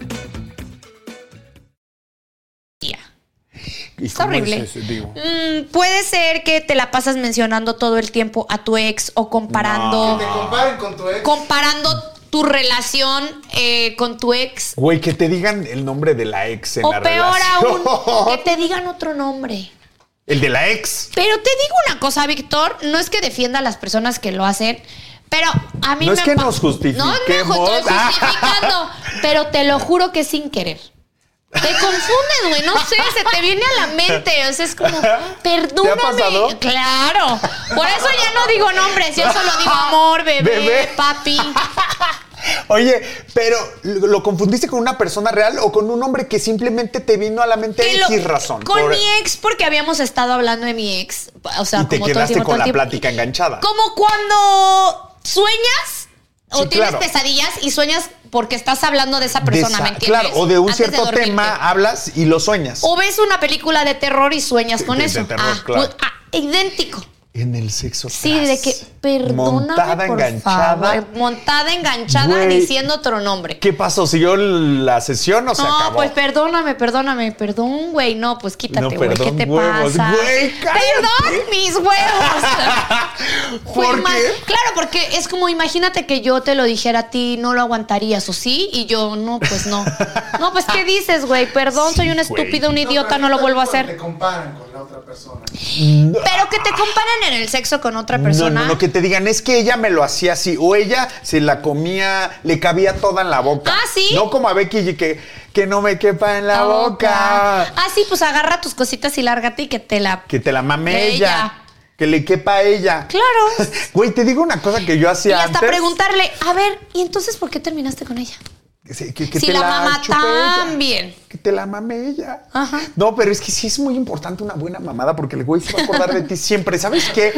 [SPEAKER 4] ¿Y
[SPEAKER 3] Está
[SPEAKER 4] cómo es
[SPEAKER 3] horrible.
[SPEAKER 4] ese? Digo,
[SPEAKER 3] Mm, puede ser que te la pasas mencionando todo el tiempo a tu ex o comparando.
[SPEAKER 7] Te comparen con tu ex.
[SPEAKER 3] Comparando tu relación eh, con tu ex.
[SPEAKER 4] Güey, que te digan el nombre de la ex en
[SPEAKER 3] O
[SPEAKER 4] la
[SPEAKER 3] peor
[SPEAKER 4] relación. <laughs>
[SPEAKER 3] aún, que te digan otro nombre.
[SPEAKER 4] El de la ex.
[SPEAKER 3] Pero te digo una cosa, Víctor, no es que defienda a las personas que lo hacen, pero a mí
[SPEAKER 4] No
[SPEAKER 3] me
[SPEAKER 4] es que
[SPEAKER 3] pa-
[SPEAKER 4] nos justifiquemos.
[SPEAKER 3] No, no, estoy justificando, pero te lo juro que sin querer. Te confundes, güey, no sé, se te viene a la mente, o sea, es como, perdóname.
[SPEAKER 4] pasado?
[SPEAKER 3] Claro. Por eso ya no digo nombres, yo solo
[SPEAKER 4] <laughs>
[SPEAKER 3] digo amor, bebé,
[SPEAKER 4] Bebé.
[SPEAKER 3] papi.
[SPEAKER 4] Oye, pero ¿lo confundiste con una persona real o con un hombre que simplemente te vino a la mente
[SPEAKER 3] Que lo-
[SPEAKER 4] X razón?
[SPEAKER 3] Con
[SPEAKER 4] Por-
[SPEAKER 3] mi ex, porque habíamos estado hablando de mi ex, o sea,
[SPEAKER 4] y te
[SPEAKER 3] como todo el
[SPEAKER 4] quedaste
[SPEAKER 3] tiempo, todo
[SPEAKER 4] con
[SPEAKER 3] el
[SPEAKER 4] la
[SPEAKER 3] tiempo.
[SPEAKER 4] plática enganchada.
[SPEAKER 3] Como cuando sueñas o
[SPEAKER 4] Sí,
[SPEAKER 3] tienes
[SPEAKER 4] claro.
[SPEAKER 3] pesadillas y sueñas porque estás hablando de esa
[SPEAKER 4] De
[SPEAKER 3] persona,
[SPEAKER 4] esa-
[SPEAKER 3] ¿me entiendes?
[SPEAKER 4] claro, o de un
[SPEAKER 3] Antes de
[SPEAKER 4] cierto
[SPEAKER 3] dormirte.
[SPEAKER 4] tema hablas y lo sueñas.
[SPEAKER 3] O ves una película de terror y sueñas
[SPEAKER 4] Sí,
[SPEAKER 3] con
[SPEAKER 4] de- de
[SPEAKER 3] eso.
[SPEAKER 4] terror,
[SPEAKER 3] Ah,
[SPEAKER 4] claro.
[SPEAKER 3] pues, ah, idéntico.
[SPEAKER 4] En el sexo.
[SPEAKER 3] Sí, de
[SPEAKER 4] tras.
[SPEAKER 3] que perdóname
[SPEAKER 4] Montada
[SPEAKER 3] por
[SPEAKER 4] enganchada.
[SPEAKER 3] favor, montada enganchada
[SPEAKER 4] Güey.
[SPEAKER 3] diciendo otro nombre.
[SPEAKER 4] ¿Qué pasó? ¿Siguió la sesión o se
[SPEAKER 3] no,
[SPEAKER 4] acabó?
[SPEAKER 3] pues perdóname, perdóname, perdón, güey. No, pues
[SPEAKER 4] No,
[SPEAKER 3] quítate, güey. ¿Qué
[SPEAKER 4] perdón,
[SPEAKER 3] te
[SPEAKER 4] huevos.
[SPEAKER 3] pasa?
[SPEAKER 4] Güey, cállate.
[SPEAKER 3] perdón, mis
[SPEAKER 4] <laughs>
[SPEAKER 3] huevos. Fue
[SPEAKER 4] ¿Por
[SPEAKER 3] mal.
[SPEAKER 4] qué?
[SPEAKER 3] Claro, porque es como imagínate que yo te lo dijera a ti, no lo aguantarías, ¿o sí? Y yo, no, pues no. No, pues ¿qué dices, güey? Perdón, soy un estúpido, un idiota, no lo vuelvo a
[SPEAKER 7] Te
[SPEAKER 3] hacer.
[SPEAKER 7] comparan con la otra persona.
[SPEAKER 3] Pero que te comparen en el sexo con otra persona.
[SPEAKER 4] Mm. No, no, no, que te digan, es que ella me lo hacía así, o ella se la comía, le cabía toda en la boca.
[SPEAKER 3] Ah, ¿sí?
[SPEAKER 4] No como a Becky que, que no me quepa en la boca.
[SPEAKER 3] Ah, sí, pues agarra tus cositas y lárgate y que te la...
[SPEAKER 4] Que te la mame
[SPEAKER 3] Ella.
[SPEAKER 4] ella. Que le quepa a ella.
[SPEAKER 3] Claro.
[SPEAKER 4] <laughs> Güey, te digo una cosa que yo
[SPEAKER 3] Y
[SPEAKER 4] hacía
[SPEAKER 3] hasta
[SPEAKER 4] antes.
[SPEAKER 3] preguntarle, a ver, ¿y entonces por qué terminaste con ella?
[SPEAKER 4] Que, que- que
[SPEAKER 3] Si
[SPEAKER 4] te
[SPEAKER 3] la
[SPEAKER 4] la,
[SPEAKER 3] mamá
[SPEAKER 4] chupe ella.
[SPEAKER 3] también.
[SPEAKER 4] Que te la mame ella.
[SPEAKER 3] Ajá.
[SPEAKER 4] No, pero es que sí es muy importante una buena mamada porque el güey se va a acordar de ti siempre. ¿Sabes qué?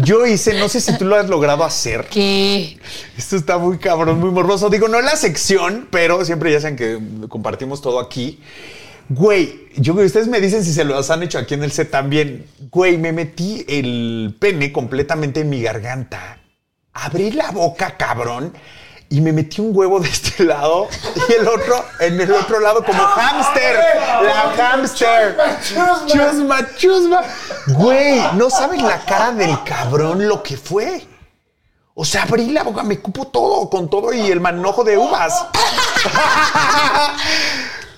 [SPEAKER 4] Yo hice, no sé si tú lo has logrado hacer.
[SPEAKER 3] ¿Qué?
[SPEAKER 4] Esto está muy cabrón, muy morboso. Digo, no en la sección, pero siempre ya saben que compartimos todo aquí. Güey, yo ustedes me dicen si se los han hecho aquí en el set también. Güey, me metí el pene completamente en mi garganta. Abrí la boca, cabrón, y me metí un huevo de este <laughs> lado y el otro en el otro lado como hámster. La hámster. Chusma, chusma. Güey, no saben la cara del cabrón lo que fue. O sea, abrí la boca, me cupo todo, con todo y el manojo de uvas.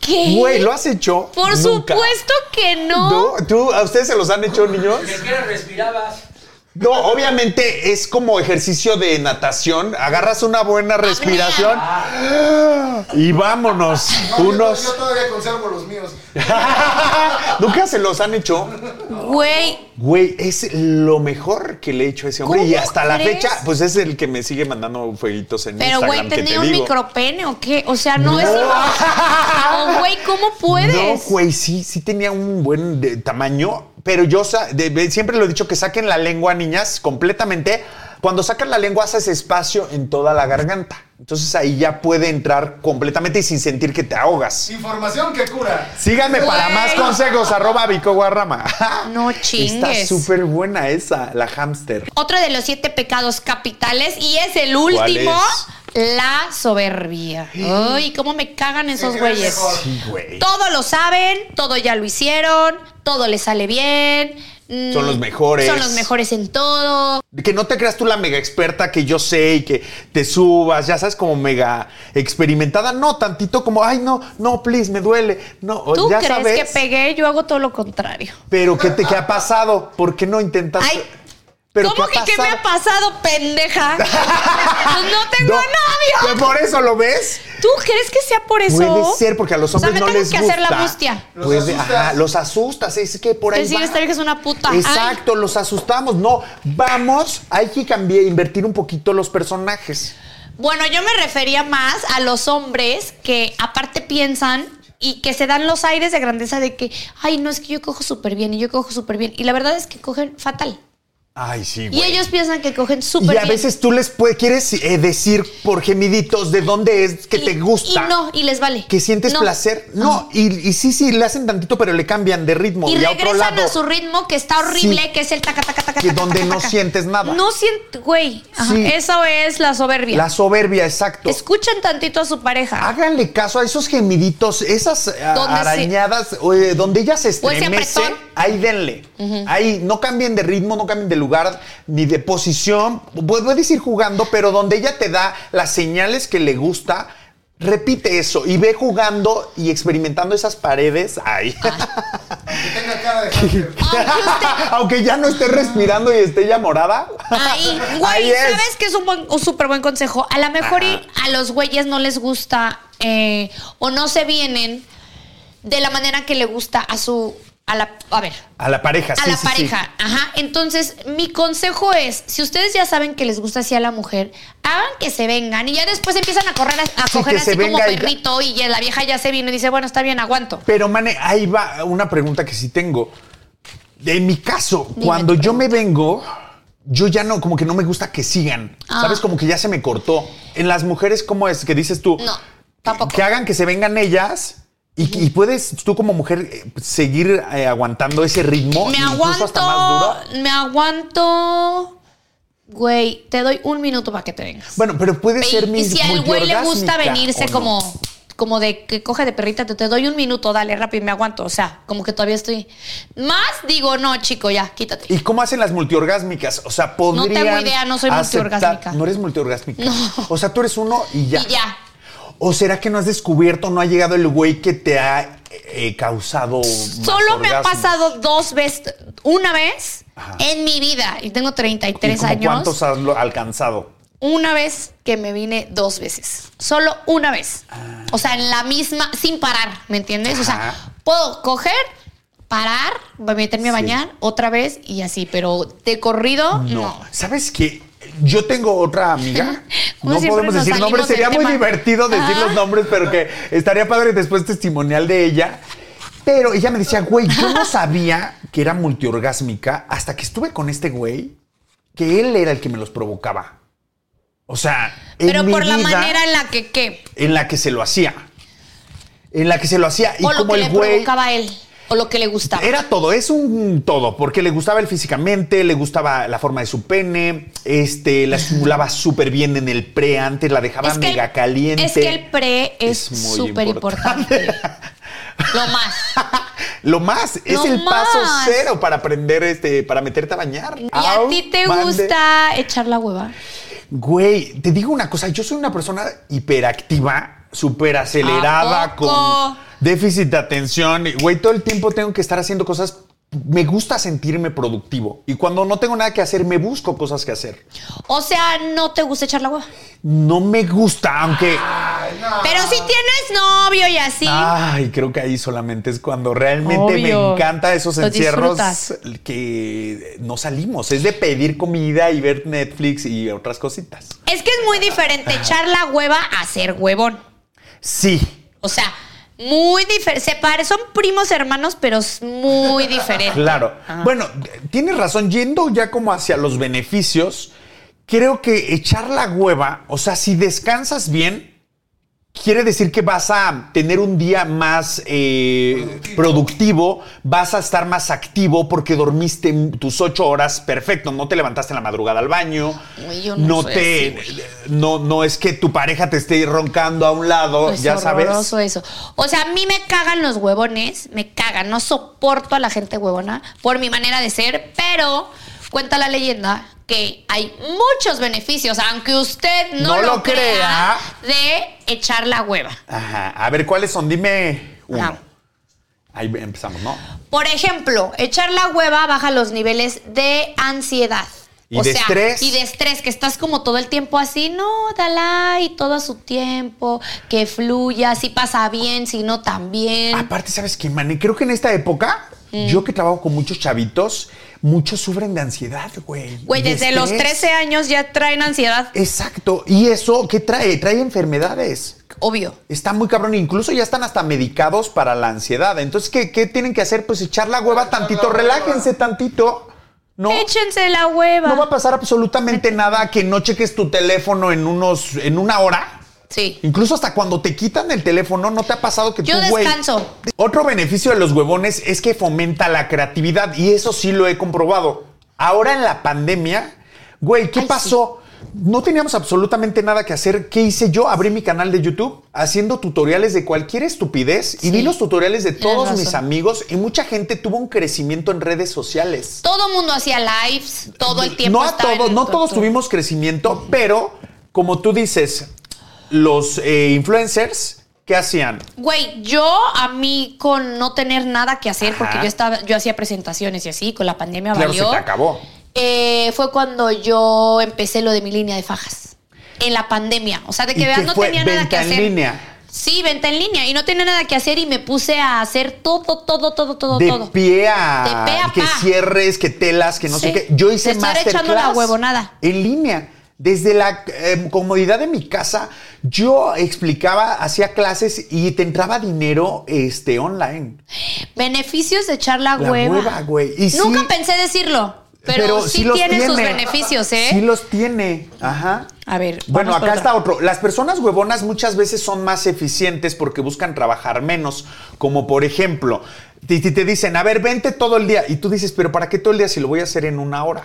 [SPEAKER 3] ¿Qué?
[SPEAKER 4] Güey, ¿lo has hecho?
[SPEAKER 3] Por
[SPEAKER 4] Nunca.
[SPEAKER 3] supuesto que no.
[SPEAKER 4] ¿No? ¿Tú, ¿A ustedes se los han hecho, niños?
[SPEAKER 9] respirabas.
[SPEAKER 4] No, obviamente es como ejercicio de natación. Agarras una
[SPEAKER 3] Ah,
[SPEAKER 4] buena respiración y vámonos.
[SPEAKER 7] No,
[SPEAKER 4] Unos.
[SPEAKER 7] Yo, yo todavía conservo los míos.
[SPEAKER 4] Nunca se los han hecho.
[SPEAKER 3] Güey,
[SPEAKER 4] Güey, es lo mejor que le he hecho a ese hombre.
[SPEAKER 3] ¿Cómo
[SPEAKER 4] Y hasta la
[SPEAKER 3] crees?
[SPEAKER 4] fecha, pues es el que me sigue mandando fueguitos en
[SPEAKER 3] pero
[SPEAKER 4] Instagram.
[SPEAKER 3] güey,
[SPEAKER 4] que
[SPEAKER 3] ¿tenía
[SPEAKER 4] te
[SPEAKER 3] un
[SPEAKER 4] digo.
[SPEAKER 3] micropene o qué? O sea, no, es...
[SPEAKER 4] No.
[SPEAKER 3] O güey, ¿cómo puedes?
[SPEAKER 4] <laughs> No, güey, sí, sí tenía un buen de- tamaño, pero yo sa- de- de- siempre lo he dicho que saquen la lengua, niñas, completamente. Cuando sacan la lengua haces espacio en toda la garganta. Entonces ahí ya puede entrar completamente y sin sentir que te ahogas.
[SPEAKER 7] Información que cura.
[SPEAKER 4] Síganme para
[SPEAKER 3] Güey.
[SPEAKER 4] más consejos, arroba Vico Guarrama. <laughs>
[SPEAKER 3] No
[SPEAKER 4] Está
[SPEAKER 3] chingues.
[SPEAKER 4] súper buena esa, la hamster.
[SPEAKER 3] Otro de los siete pecados capitales y es el último, la soberbia. Ay, cómo me cagan esos
[SPEAKER 7] creen
[SPEAKER 3] güeyes.
[SPEAKER 7] mejor.
[SPEAKER 4] Sí, güey.
[SPEAKER 3] Todo lo saben, todo ya lo hicieron, todo les sale bien. mm,
[SPEAKER 4] Son los mejores.
[SPEAKER 3] Son los mejores en todo.
[SPEAKER 4] Que no te creas tú la mega experta que yo sé y que te subas, ya sabes, como mega experimentada. No, tantito como, ay, no, no, please, me duele. No,
[SPEAKER 3] ¿Tú
[SPEAKER 4] Pues ya
[SPEAKER 3] crees
[SPEAKER 4] sabes.
[SPEAKER 3] que pegué? Yo hago todo lo contrario.
[SPEAKER 4] pero ¿qué te qué ha pasado? ¿Por qué no intentas?
[SPEAKER 3] Ay, ¿Cómo que qué me ha pasado,
[SPEAKER 4] <laughs>
[SPEAKER 3] pendeja? Pues no tengo
[SPEAKER 4] ¿Que
[SPEAKER 3] novio.
[SPEAKER 4] por eso lo ves?
[SPEAKER 3] ¿Tú crees que sea por eso?
[SPEAKER 4] Puede ser, porque a los
[SPEAKER 3] O sea,
[SPEAKER 4] hombres
[SPEAKER 3] me
[SPEAKER 4] no
[SPEAKER 3] tengo
[SPEAKER 4] les
[SPEAKER 3] que
[SPEAKER 4] gusta.
[SPEAKER 3] hacer la mustia.
[SPEAKER 7] Los
[SPEAKER 4] Puede-
[SPEAKER 7] asustas.
[SPEAKER 4] ajá, los asustas, es que por ahí
[SPEAKER 3] Decir,
[SPEAKER 4] va.
[SPEAKER 3] esta vieja es una puta. Ay.
[SPEAKER 4] Exacto, los asustamos. No, vamos, hay que cambiar, invertir un poquito los personajes.
[SPEAKER 3] Bueno, yo me refería más a los hombres que aparte piensan y que se dan los aires de grandeza de que, ay, no es que yo cojo súper bien y yo cojo súper bien. Y la verdad es que cogen fatal.
[SPEAKER 4] Ay, sí,
[SPEAKER 3] Y
[SPEAKER 4] güey.
[SPEAKER 3] ellos piensan que cogen súper
[SPEAKER 4] Y
[SPEAKER 3] bien.
[SPEAKER 4] a veces tú les puedes, quieres eh, decir por gemiditos de dónde es que
[SPEAKER 3] Y-
[SPEAKER 4] te gusta.
[SPEAKER 3] Y no, y les vale.
[SPEAKER 4] Que sientes
[SPEAKER 3] No.
[SPEAKER 4] placer. No, y, y sí, sí, le hacen tantito, pero le cambian de ritmo.
[SPEAKER 3] Y
[SPEAKER 4] Y, a otro
[SPEAKER 3] regresan
[SPEAKER 4] lado.
[SPEAKER 3] a su ritmo que está horrible,
[SPEAKER 4] Sí.
[SPEAKER 3] que es el taca, taca, taca,
[SPEAKER 4] Que
[SPEAKER 3] taca,
[SPEAKER 4] donde
[SPEAKER 3] taca,
[SPEAKER 4] no
[SPEAKER 3] taca.
[SPEAKER 4] sientes nada.
[SPEAKER 3] No siento, güey. Ajá,
[SPEAKER 4] Sí.
[SPEAKER 3] Eso es la soberbia.
[SPEAKER 4] La soberbia, exacto.
[SPEAKER 3] Escuchen tantito a su pareja.
[SPEAKER 4] Háganle caso a esos gemiditos, esas eh,
[SPEAKER 3] Donde se-
[SPEAKER 4] arañadas, eh, donde ellas se
[SPEAKER 3] O ese
[SPEAKER 4] estremecen,
[SPEAKER 3] apretón.
[SPEAKER 4] ahí denle. Ahí no cambien de ritmo, no cambien de lugar, ni de posición. Pu- Puedes ir jugando, pero donde ella te da las señales que le gusta, repite eso y ve jugando y experimentando esas paredes. Ahí.
[SPEAKER 7] Que tenga
[SPEAKER 4] <laughs>
[SPEAKER 7] cara de hacker.
[SPEAKER 3] Aunque usted-
[SPEAKER 4] Aunque ya no esté respirando y esté ya morada.
[SPEAKER 3] Ahí, güey,
[SPEAKER 4] <laughs> Ahí es.
[SPEAKER 3] ¿sabes que es un, buen- un súper buen consejo? A lo mejor y a los güeyes no les gusta eh, o no se vienen de la manera que le gusta a su. A, la, a ver,
[SPEAKER 4] A la pareja,
[SPEAKER 3] a
[SPEAKER 4] sí,
[SPEAKER 3] la
[SPEAKER 4] sí, sí.
[SPEAKER 3] pareja. Ajá. Entonces, mi consejo es: si ustedes ya saben que les gusta así a la mujer, hagan que se vengan y ya después empiezan a correr, a, a
[SPEAKER 4] Sí,
[SPEAKER 3] coger
[SPEAKER 4] que se
[SPEAKER 3] así como
[SPEAKER 4] venga y-
[SPEAKER 3] perrito y ya la vieja ya se vino y dice: bueno, está bien, aguanto.
[SPEAKER 4] Pero, Mane, ahí va una pregunta que sí tengo. En mi caso,
[SPEAKER 3] Dime
[SPEAKER 4] cuando
[SPEAKER 3] tu
[SPEAKER 4] yo me vengo, yo ya no, como que no me gusta que sigan.
[SPEAKER 3] Ah.
[SPEAKER 4] ¿Sabes? Como que ya se me cortó. En las mujeres, ¿cómo es? Que dices tú.
[SPEAKER 3] No,
[SPEAKER 4] que-
[SPEAKER 3] tampoco.
[SPEAKER 4] Que hagan que se vengan ellas. Y, y puedes tú como mujer eh, seguir eh, aguantando ese ritmo.
[SPEAKER 3] Me
[SPEAKER 4] incluso
[SPEAKER 3] aguanto,
[SPEAKER 4] hasta más duro.
[SPEAKER 3] me aguanto. Güey, te doy un minuto para que te vengas.
[SPEAKER 4] Bueno, pero puede
[SPEAKER 3] Ve,
[SPEAKER 4] ser mi
[SPEAKER 3] y si al güey le gusta venirse
[SPEAKER 4] como
[SPEAKER 3] como como de que coge de perrita, te, te doy un minuto, dale rápido, me aguanto. O sea, como que todavía estoy. Más digo, no, chico, ya, quítate.
[SPEAKER 4] ¿Y cómo hacen las multiorgásmicas? O sea, podrían.
[SPEAKER 3] tengo idea, no soy
[SPEAKER 4] aceptar-
[SPEAKER 3] multiorgásmica.
[SPEAKER 4] No eres multiorgásmica.
[SPEAKER 3] No.
[SPEAKER 4] O sea, tú eres uno y ya.
[SPEAKER 3] Y ya.
[SPEAKER 4] ¿O será que no has descubierto, no ha llegado el güey que te ha eh, causado. más
[SPEAKER 3] Solo me ha
[SPEAKER 4] orgasmos?
[SPEAKER 3] pasado dos veces, una vez
[SPEAKER 4] Ajá.
[SPEAKER 3] en mi vida, y tengo
[SPEAKER 4] ¿Y
[SPEAKER 3] 33
[SPEAKER 4] como
[SPEAKER 3] años.
[SPEAKER 4] ¿Cuántos has lo- alcanzado?
[SPEAKER 3] Una vez que me vine dos veces. Solo una vez. O sea, en la misma, sin parar, ¿me entiendes? O
[SPEAKER 4] Ah. Ajá.
[SPEAKER 3] sea, puedo coger, parar, meterme a
[SPEAKER 4] Sí.
[SPEAKER 3] bañar otra vez y así, pero de corrido, no.
[SPEAKER 4] ¿Sabes qué? Yo tengo otra amiga.
[SPEAKER 3] <laughs> Como
[SPEAKER 4] No
[SPEAKER 3] siempre
[SPEAKER 4] podemos
[SPEAKER 3] nos
[SPEAKER 4] decir nombres.
[SPEAKER 3] salimos del
[SPEAKER 4] Sería muy
[SPEAKER 3] tema.
[SPEAKER 4] divertido decir
[SPEAKER 3] Ajá.
[SPEAKER 4] los nombres, pero que estaría padre después testimonial de ella. Pero ella me decía, güey, yo no sabía que era multiorgásmica hasta que estuve con este güey, que él era el que me los provocaba. O sea, en
[SPEAKER 3] Pero
[SPEAKER 4] mi
[SPEAKER 3] por la
[SPEAKER 4] vida,
[SPEAKER 3] manera en la que qué.
[SPEAKER 4] en la que se lo hacía. En la que se lo hacía. Y
[SPEAKER 3] O lo
[SPEAKER 4] como
[SPEAKER 3] que
[SPEAKER 4] el
[SPEAKER 3] le
[SPEAKER 4] güey.
[SPEAKER 3] provocaba a él. O lo que le gustaba.
[SPEAKER 4] Era todo, es un todo, porque le gustaba él físicamente, le gustaba la forma de su pene, este, la estimulaba súper bien en el pre antes, la dejaba
[SPEAKER 3] que el-
[SPEAKER 4] mega caliente.
[SPEAKER 3] Es que el pre es
[SPEAKER 4] muy
[SPEAKER 3] súper importante. Lo más.
[SPEAKER 4] <laughs> Lo más, es
[SPEAKER 3] Lo
[SPEAKER 4] el paso
[SPEAKER 3] más.
[SPEAKER 4] cero para aprender, este, para meterte a bañar.
[SPEAKER 3] ¿Y a ti te gusta echar la hueva?
[SPEAKER 4] Güey, te digo una cosa, yo soy una persona hiperactiva, súper acelerada,
[SPEAKER 3] ¿A
[SPEAKER 4] con
[SPEAKER 3] poco?
[SPEAKER 4] déficit de atención. y, Güey, todo el tiempo tengo que estar haciendo cosas. Me gusta sentirme productivo. Y cuando no tengo nada que hacer, me busco cosas que hacer.
[SPEAKER 3] O sea, no te gusta echar la hueva.
[SPEAKER 4] No me gusta, aunque.
[SPEAKER 3] Pero si tienes novio y así.
[SPEAKER 4] Ay, creo que ahí solamente es cuando realmente me
[SPEAKER 3] Ah. Obvio.
[SPEAKER 4] encanta esos
[SPEAKER 3] Lo
[SPEAKER 4] encierros
[SPEAKER 3] disfrutas.
[SPEAKER 4] que no salimos. Es de pedir comida y ver Netflix y otras cositas.
[SPEAKER 3] Es que es muy diferente echar la hueva a ser huevón.
[SPEAKER 4] Sí,
[SPEAKER 3] O sea, muy diferente. Se pare- son primos hermanos, pero es muy diferente.
[SPEAKER 4] Claro. Bueno, tienes razón. Yendo ya como hacia los beneficios, creo que echar la hueva, o sea, si descansas bien, Quiere decir que vas a tener un día más eh, productivo. vas a estar más activo porque dormiste tus ocho horas perfecto, no te levantaste en la madrugada al baño,
[SPEAKER 3] Uy, yo no soy
[SPEAKER 4] te,
[SPEAKER 3] así,
[SPEAKER 4] no, no es que tu pareja te esté roncando a un lado,
[SPEAKER 3] Es
[SPEAKER 4] ya
[SPEAKER 3] Pues horroroso
[SPEAKER 4] sabes.
[SPEAKER 3] eso. O sea, a mí me cagan los huevones, me cagan. No soporto a la gente huevona por mi manera de ser, pero cuenta la leyenda que hay muchos beneficios, aunque usted no,
[SPEAKER 4] No lo crea.
[SPEAKER 3] de echar la hueva.
[SPEAKER 4] Ajá. A ver, ¿cuáles son? Dime uno.
[SPEAKER 3] Ajá.
[SPEAKER 4] Ahí empezamos, ¿no?
[SPEAKER 3] Por ejemplo, echar la hueva baja los niveles de ansiedad.
[SPEAKER 4] Y de estrés.
[SPEAKER 3] Y de estrés, que estás como todo el tiempo así, no, dala y todo a su tiempo, que fluya, si pasa bien, si no también.
[SPEAKER 4] Aparte, ¿sabes qué, Mane? Creo que en esta época,
[SPEAKER 3] Mm.
[SPEAKER 4] yo que trabajo con muchos chavitos, muchos sufren de ansiedad, güey.
[SPEAKER 3] Güey,
[SPEAKER 4] De
[SPEAKER 3] desde los
[SPEAKER 4] estrés.
[SPEAKER 3] 13 años ya traen ansiedad,
[SPEAKER 4] Exacto. ¿Y eso qué trae? Trae enfermedades.
[SPEAKER 3] obvio.
[SPEAKER 4] Está muy cabrón. Incluso ya están hasta medicados para la ansiedad. Entonces, ¿qué, qué tienen que hacer? Pues echar la hueva tantito, relájense tantito. No,
[SPEAKER 3] Échense la hueva.
[SPEAKER 4] no va a pasar absolutamente nada que no cheques tu teléfono en unos, en una hora.
[SPEAKER 3] sí.
[SPEAKER 4] Incluso hasta cuando te quitan el teléfono, ¿no te ha pasado que
[SPEAKER 3] Yo
[SPEAKER 4] tú, güey?
[SPEAKER 3] descanso.
[SPEAKER 4] Otro beneficio de los huevones es que fomenta la creatividad y eso sí lo he comprobado. Ahora en la pandemia, güey, ¿qué
[SPEAKER 3] Ay,
[SPEAKER 4] pasó? No teníamos absolutamente nada que hacer. ¿Qué hice yo? Abrí mi canal de YouTube haciendo tutoriales de cualquier estupidez
[SPEAKER 3] Sí.
[SPEAKER 4] y vi los tutoriales de
[SPEAKER 3] Tienes
[SPEAKER 4] todos
[SPEAKER 3] razón.
[SPEAKER 4] mis amigos y mucha gente tuvo un crecimiento en redes sociales.
[SPEAKER 3] Todo mundo hacía lives, todo el tiempo.
[SPEAKER 4] No a
[SPEAKER 3] estaba en
[SPEAKER 4] todos,
[SPEAKER 3] el
[SPEAKER 4] no todos
[SPEAKER 3] doctor.
[SPEAKER 4] tuvimos crecimiento, pero como tú dices, los eh, influencers, ¿qué hacían?
[SPEAKER 3] Güey, yo a mí con no tener nada que hacer, porque
[SPEAKER 4] Ajá.
[SPEAKER 3] yo estaba, yo hacía presentaciones y así, con la pandemia
[SPEAKER 4] Claro,
[SPEAKER 3] valió.
[SPEAKER 4] se te acabó.
[SPEAKER 3] Eh, fue cuando yo empecé lo de mi línea de fajas. En la pandemia. O sea, de
[SPEAKER 4] ¿Y
[SPEAKER 3] que veas,
[SPEAKER 4] qué
[SPEAKER 3] no
[SPEAKER 4] fue?
[SPEAKER 3] tenía nada que
[SPEAKER 4] ¿Venta en
[SPEAKER 3] hacer.
[SPEAKER 4] línea?
[SPEAKER 3] Sí, venta en línea. Y no tenía nada que hacer y me puse a hacer todo, todo, todo, todo,
[SPEAKER 4] de
[SPEAKER 3] todo.
[SPEAKER 4] pie a,
[SPEAKER 3] De pe a
[SPEAKER 4] que
[SPEAKER 3] pa.
[SPEAKER 4] cierres, que telas, que no sé
[SPEAKER 3] Sí.
[SPEAKER 4] qué. Yo hice
[SPEAKER 3] De estar
[SPEAKER 4] masterclass
[SPEAKER 3] echando la huevonada.
[SPEAKER 4] en línea. Desde la eh, comodidad de mi casa, yo explicaba, hacía clases y te entraba dinero este, online.
[SPEAKER 3] Beneficios de echar la,
[SPEAKER 4] La
[SPEAKER 3] hueva.
[SPEAKER 4] hueva, güey. Y sí-
[SPEAKER 3] Nunca pensé decirlo, pero, sí,
[SPEAKER 4] los
[SPEAKER 3] tiene sus beneficios, ¿eh?
[SPEAKER 4] Sí los tiene. Ajá.
[SPEAKER 3] A ver,
[SPEAKER 4] Bueno,
[SPEAKER 3] vamos por
[SPEAKER 4] acá
[SPEAKER 3] otra.
[SPEAKER 4] está otro. Las personas huevonas muchas veces son más eficientes porque buscan trabajar menos. Como por ejemplo, si te, te dicen, a ver, vente todo el día. Y tú dices, pero ¿para qué todo el día si lo voy a hacer en una hora?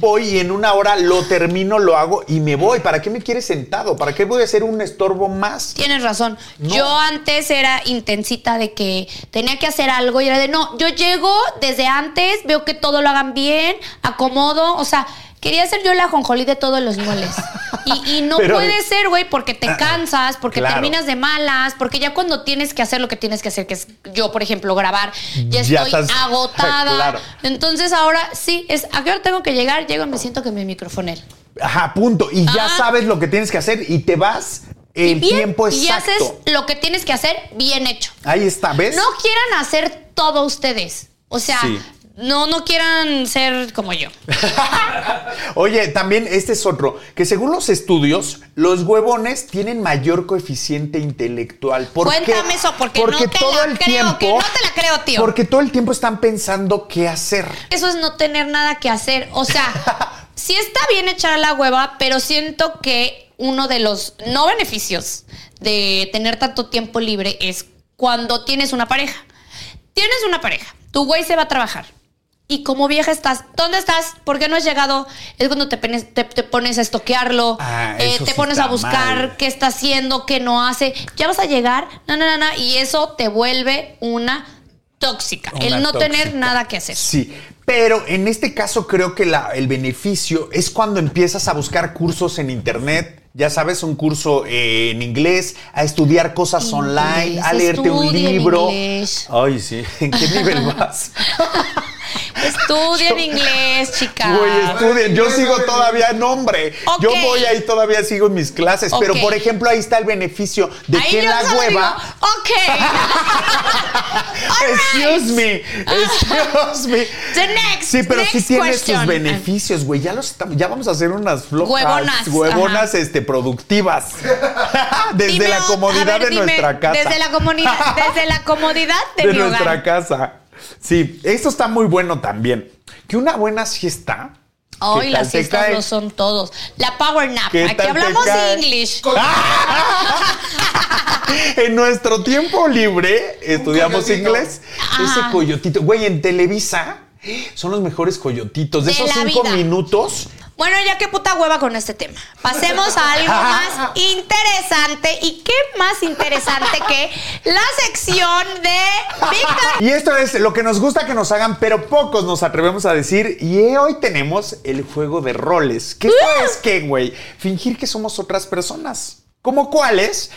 [SPEAKER 4] Voy y en una hora lo termino, lo hago y me voy. ¿Para qué me quieres sentado? ¿Para qué voy a hacer un estorbo más?
[SPEAKER 3] Tienes razón.
[SPEAKER 4] No.
[SPEAKER 3] Yo antes era intensita de que tenía que hacer algo y era de no, yo llego desde antes, veo que todo lo hagan bien, acomodo, o sea, quería ser yo la jonjolí de todos los
[SPEAKER 4] <laughs>
[SPEAKER 3] moles. Y, y no
[SPEAKER 4] Pero- Ah,
[SPEAKER 3] puede ser, güey, porque te cansas, porque
[SPEAKER 4] Claro.
[SPEAKER 3] terminas de malas, porque ya cuando tienes que hacer lo que tienes que hacer, que es yo, por ejemplo, grabar, ya
[SPEAKER 4] Ya
[SPEAKER 3] estoy
[SPEAKER 4] estás- <laughs>
[SPEAKER 3] agotada.
[SPEAKER 4] Claro.
[SPEAKER 3] Entonces ahora sí, es a qué hora tengo que llegar, llego y me siento que mi microfonel.
[SPEAKER 4] Ajá, punto. Y ya
[SPEAKER 3] Ah.
[SPEAKER 4] sabes lo que tienes que hacer y te vas el
[SPEAKER 3] Y bien,
[SPEAKER 4] tiempo
[SPEAKER 3] Y
[SPEAKER 4] exacto.
[SPEAKER 3] haces lo que tienes que hacer bien hecho.
[SPEAKER 4] Ahí está, ¿ves?
[SPEAKER 3] No quieran hacer todo ustedes. O sea,
[SPEAKER 4] Sí.
[SPEAKER 3] no, no quieran ser como yo.
[SPEAKER 4] Oye, también este es otro, que según los estudios, los huevones tienen mayor coeficiente intelectual. ¿Por qué?
[SPEAKER 3] Cuéntame eso, porque no te la creo, que no te la creo, tío.
[SPEAKER 4] Porque todo el tiempo están pensando qué hacer.
[SPEAKER 3] Eso es no tener nada que hacer. O
[SPEAKER 4] <laughs>
[SPEAKER 3] sea, sí está bien echar la hueva, pero siento que uno de los no beneficios de tener tanto tiempo libre es cuando tienes una pareja. Tienes una pareja, tu güey se va a trabajar. Y como vieja estás, ¿dónde estás? ¿Por qué no has llegado? Es cuando te, penes- te- te pones a estoquearlo,
[SPEAKER 4] Ah,
[SPEAKER 3] eh,
[SPEAKER 4] eso
[SPEAKER 3] te
[SPEAKER 4] sí
[SPEAKER 3] pones
[SPEAKER 4] está
[SPEAKER 3] a buscar
[SPEAKER 4] mal.
[SPEAKER 3] qué está haciendo, qué no hace. Ya vas a llegar, no, no, no, no. Y eso te vuelve una tóxica,
[SPEAKER 4] Una
[SPEAKER 3] el no tener
[SPEAKER 4] tóxica.
[SPEAKER 3] nada que hacer.
[SPEAKER 4] Sí, pero en este caso creo que la- el beneficio es cuando empiezas a buscar cursos en internet. Ya sabes, un curso eh, en inglés, a estudiar cosas online, a leerte un
[SPEAKER 3] estudia en
[SPEAKER 4] libro.
[SPEAKER 3] inglés.
[SPEAKER 4] Ay, sí. <laughs> ¿En qué nivel vas? <laughs>
[SPEAKER 3] Estudien inglés, chicas.
[SPEAKER 4] Güey, estudien. Yo
[SPEAKER 7] Ay,
[SPEAKER 4] sigo
[SPEAKER 7] güey.
[SPEAKER 4] todavía en hombre.
[SPEAKER 3] Ok.
[SPEAKER 4] Yo voy ahí todavía sigo en mis clases. Pero
[SPEAKER 3] Ok.
[SPEAKER 4] por ejemplo, ahí está el beneficio de
[SPEAKER 3] Ahí
[SPEAKER 4] que
[SPEAKER 3] yo
[SPEAKER 4] la
[SPEAKER 3] solo
[SPEAKER 4] hueva.
[SPEAKER 3] digo, ok. All
[SPEAKER 4] <laughs> Excuse
[SPEAKER 3] right.
[SPEAKER 4] me, excuse me.
[SPEAKER 3] The next,
[SPEAKER 4] sí, pero sí
[SPEAKER 3] next
[SPEAKER 4] tiene sus
[SPEAKER 3] question.
[SPEAKER 4] beneficios, güey. Ya los estamos, ya vamos a hacer unas flojas
[SPEAKER 3] Huevonas,
[SPEAKER 4] huevonas, este, productivas. <laughs> desde
[SPEAKER 3] Dime
[SPEAKER 4] la
[SPEAKER 3] o-
[SPEAKER 4] comodidad
[SPEAKER 3] a ver,
[SPEAKER 4] de
[SPEAKER 3] dime,
[SPEAKER 4] nuestra casa.
[SPEAKER 3] Desde la
[SPEAKER 4] <laughs>
[SPEAKER 3] comodidad, desde la comodidad de,
[SPEAKER 4] de
[SPEAKER 3] mi hogar.
[SPEAKER 4] nuestra casa. Sí, esto está muy bueno también. Que una buena siesta
[SPEAKER 3] Hoy
[SPEAKER 4] ¿Qué
[SPEAKER 3] las
[SPEAKER 4] tal te
[SPEAKER 3] fiestas
[SPEAKER 4] cae?
[SPEAKER 3] lo son todos. La power nap.
[SPEAKER 4] ¿Qué
[SPEAKER 3] Aquí
[SPEAKER 4] tal te
[SPEAKER 3] hablamos
[SPEAKER 4] cae?
[SPEAKER 3] English.
[SPEAKER 4] En nuestro tiempo libre estudiamos
[SPEAKER 7] coyotito.
[SPEAKER 4] inglés. Ese coyotito. Güey, en Televisa son los mejores coyotitos. De,
[SPEAKER 3] De
[SPEAKER 4] esos
[SPEAKER 3] la
[SPEAKER 4] cinco
[SPEAKER 3] vida.
[SPEAKER 4] minutos.
[SPEAKER 3] Bueno, ya qué puta hueva con este tema. Pasemos a
[SPEAKER 4] <laughs>
[SPEAKER 3] algo más interesante. ¿Y qué más interesante que la sección de
[SPEAKER 4] <laughs>
[SPEAKER 3] Víctor?
[SPEAKER 4] Y esto es lo que nos gusta que nos hagan, pero pocos nos atrevemos a decir. Y eh, hoy tenemos el juego de roles. ¿Qué es qué, güey? Fingir que somos otras personas. ¿Cómo cuáles?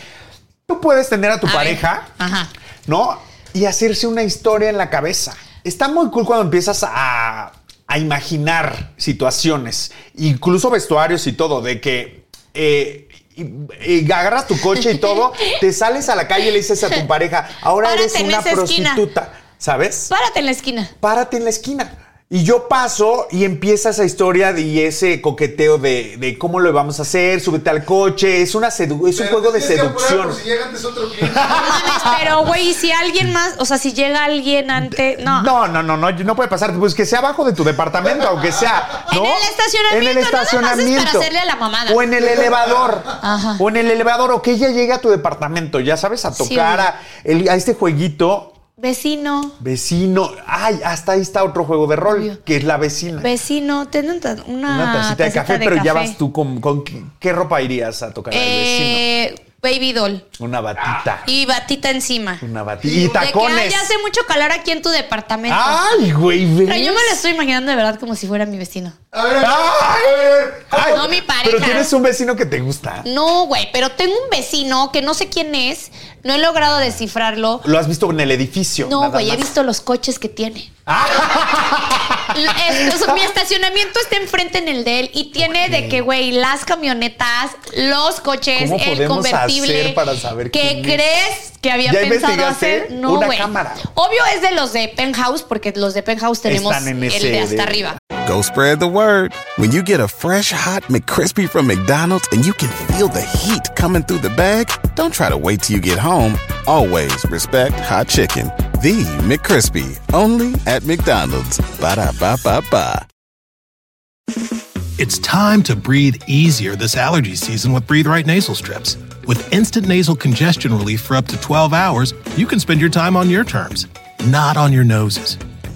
[SPEAKER 4] Tú puedes tener a tu
[SPEAKER 3] A ver.
[SPEAKER 4] pareja,
[SPEAKER 3] Ajá.
[SPEAKER 4] ¿no? Y hacerse una historia en la cabeza. Está muy cool cuando empiezas a, a imaginar situaciones, incluso vestuarios y todo, de que... eh, y- y agarras tu coche
[SPEAKER 3] <laughs>
[SPEAKER 4] y todo, te sales a la calle y le dices a tu pareja, ahora
[SPEAKER 3] Párate
[SPEAKER 4] eres
[SPEAKER 3] en
[SPEAKER 4] una
[SPEAKER 3] esa esquina.
[SPEAKER 4] prostituta. ¿sabes?
[SPEAKER 3] Párate en la esquina.
[SPEAKER 4] Párate en la esquina. Y yo paso y empieza esa historia de- y ese coqueteo de, de cómo lo vamos a hacer, súbete al coche, es, una sedu- es un
[SPEAKER 7] Pero
[SPEAKER 4] juego de
[SPEAKER 7] tienes que apurar
[SPEAKER 4] seducción.
[SPEAKER 7] por Si llega antes otro
[SPEAKER 4] <laughs>
[SPEAKER 7] cliente.
[SPEAKER 3] No mames, pero güey, ¿y si alguien más, o sea, si llega alguien antes, no.
[SPEAKER 4] No, no, no, no, no puede pasar, pues que sea abajo de tu departamento, aunque sea, ¿no?
[SPEAKER 3] En el estacionamiento,
[SPEAKER 4] En
[SPEAKER 3] nada
[SPEAKER 4] el
[SPEAKER 3] más es para
[SPEAKER 4] estacionamiento.
[SPEAKER 3] hacerle a la mamada.
[SPEAKER 4] O en el elevador.
[SPEAKER 3] Ajá.
[SPEAKER 4] O en el elevador, o que ella llegue a tu departamento, ya sabes, a
[SPEAKER 3] Sí,
[SPEAKER 4] tocar a, el- a este jueguito
[SPEAKER 3] Vecino,
[SPEAKER 4] vecino. Ay, hasta ahí está otro juego de rol,
[SPEAKER 3] Obvio. Ah,
[SPEAKER 4] que es la vecina.
[SPEAKER 3] vecino, ten un ta- una,
[SPEAKER 4] Una tacita de café, pero ya vas tú con, con qué, qué ropa irías a tocar
[SPEAKER 3] Eh, baby doll
[SPEAKER 4] al vecino. Una batita.
[SPEAKER 3] y batita encima.
[SPEAKER 4] Una batita. Y
[SPEAKER 3] De que
[SPEAKER 4] tacones.
[SPEAKER 3] ay, hace mucho calor aquí en tu departamento.
[SPEAKER 4] Ay, güey, ¿ves?
[SPEAKER 3] Pero yo me lo estoy imaginando de verdad como si fuera mi vecino.
[SPEAKER 7] A ver, a
[SPEAKER 4] Ay,
[SPEAKER 7] ver.
[SPEAKER 4] ay,
[SPEAKER 3] No, mi pareja.
[SPEAKER 4] Pero tienes un vecino que te gusta.
[SPEAKER 3] No, güey, pero tengo un vecino que no sé quién es, no he logrado descifrarlo.
[SPEAKER 4] Lo has visto en el edificio.
[SPEAKER 3] No,
[SPEAKER 4] nada
[SPEAKER 3] güey, he
[SPEAKER 4] más.
[SPEAKER 3] visto <laughs> los coches que tiene. Es- o sea, mi estacionamiento está enfrente en el de él y tiene de que, güey, las camionetas, los coches,
[SPEAKER 4] ¿Cómo
[SPEAKER 3] el
[SPEAKER 4] podemos
[SPEAKER 3] convertible.
[SPEAKER 4] hacer para saber
[SPEAKER 3] ¿Qué
[SPEAKER 4] quién es?
[SPEAKER 3] crees que había
[SPEAKER 4] ¿Ya
[SPEAKER 3] pensado
[SPEAKER 4] investigaste?
[SPEAKER 3] hacer? No,
[SPEAKER 4] Una
[SPEAKER 3] güey.
[SPEAKER 4] cámara.
[SPEAKER 3] Obvio es de los de Penthouse, porque los de Penthouse tenemos
[SPEAKER 4] Están en
[SPEAKER 3] el
[SPEAKER 4] ese
[SPEAKER 3] de hasta
[SPEAKER 4] de-
[SPEAKER 3] arriba.
[SPEAKER 1] Go spread the word. When you get a fresh hot McCrispy from McDonald's and you can feel the heat coming through the bag, don't try to wait till you get home. Always respect hot chicken. The McCrispy, only at McDonald's. Ba da ba ba ba.
[SPEAKER 2] It's time to breathe easier this allergy season with Breathe Right Nasal Strips. With instant nasal congestion relief for up to 12 hours, you can spend your time on your terms, not on your noses.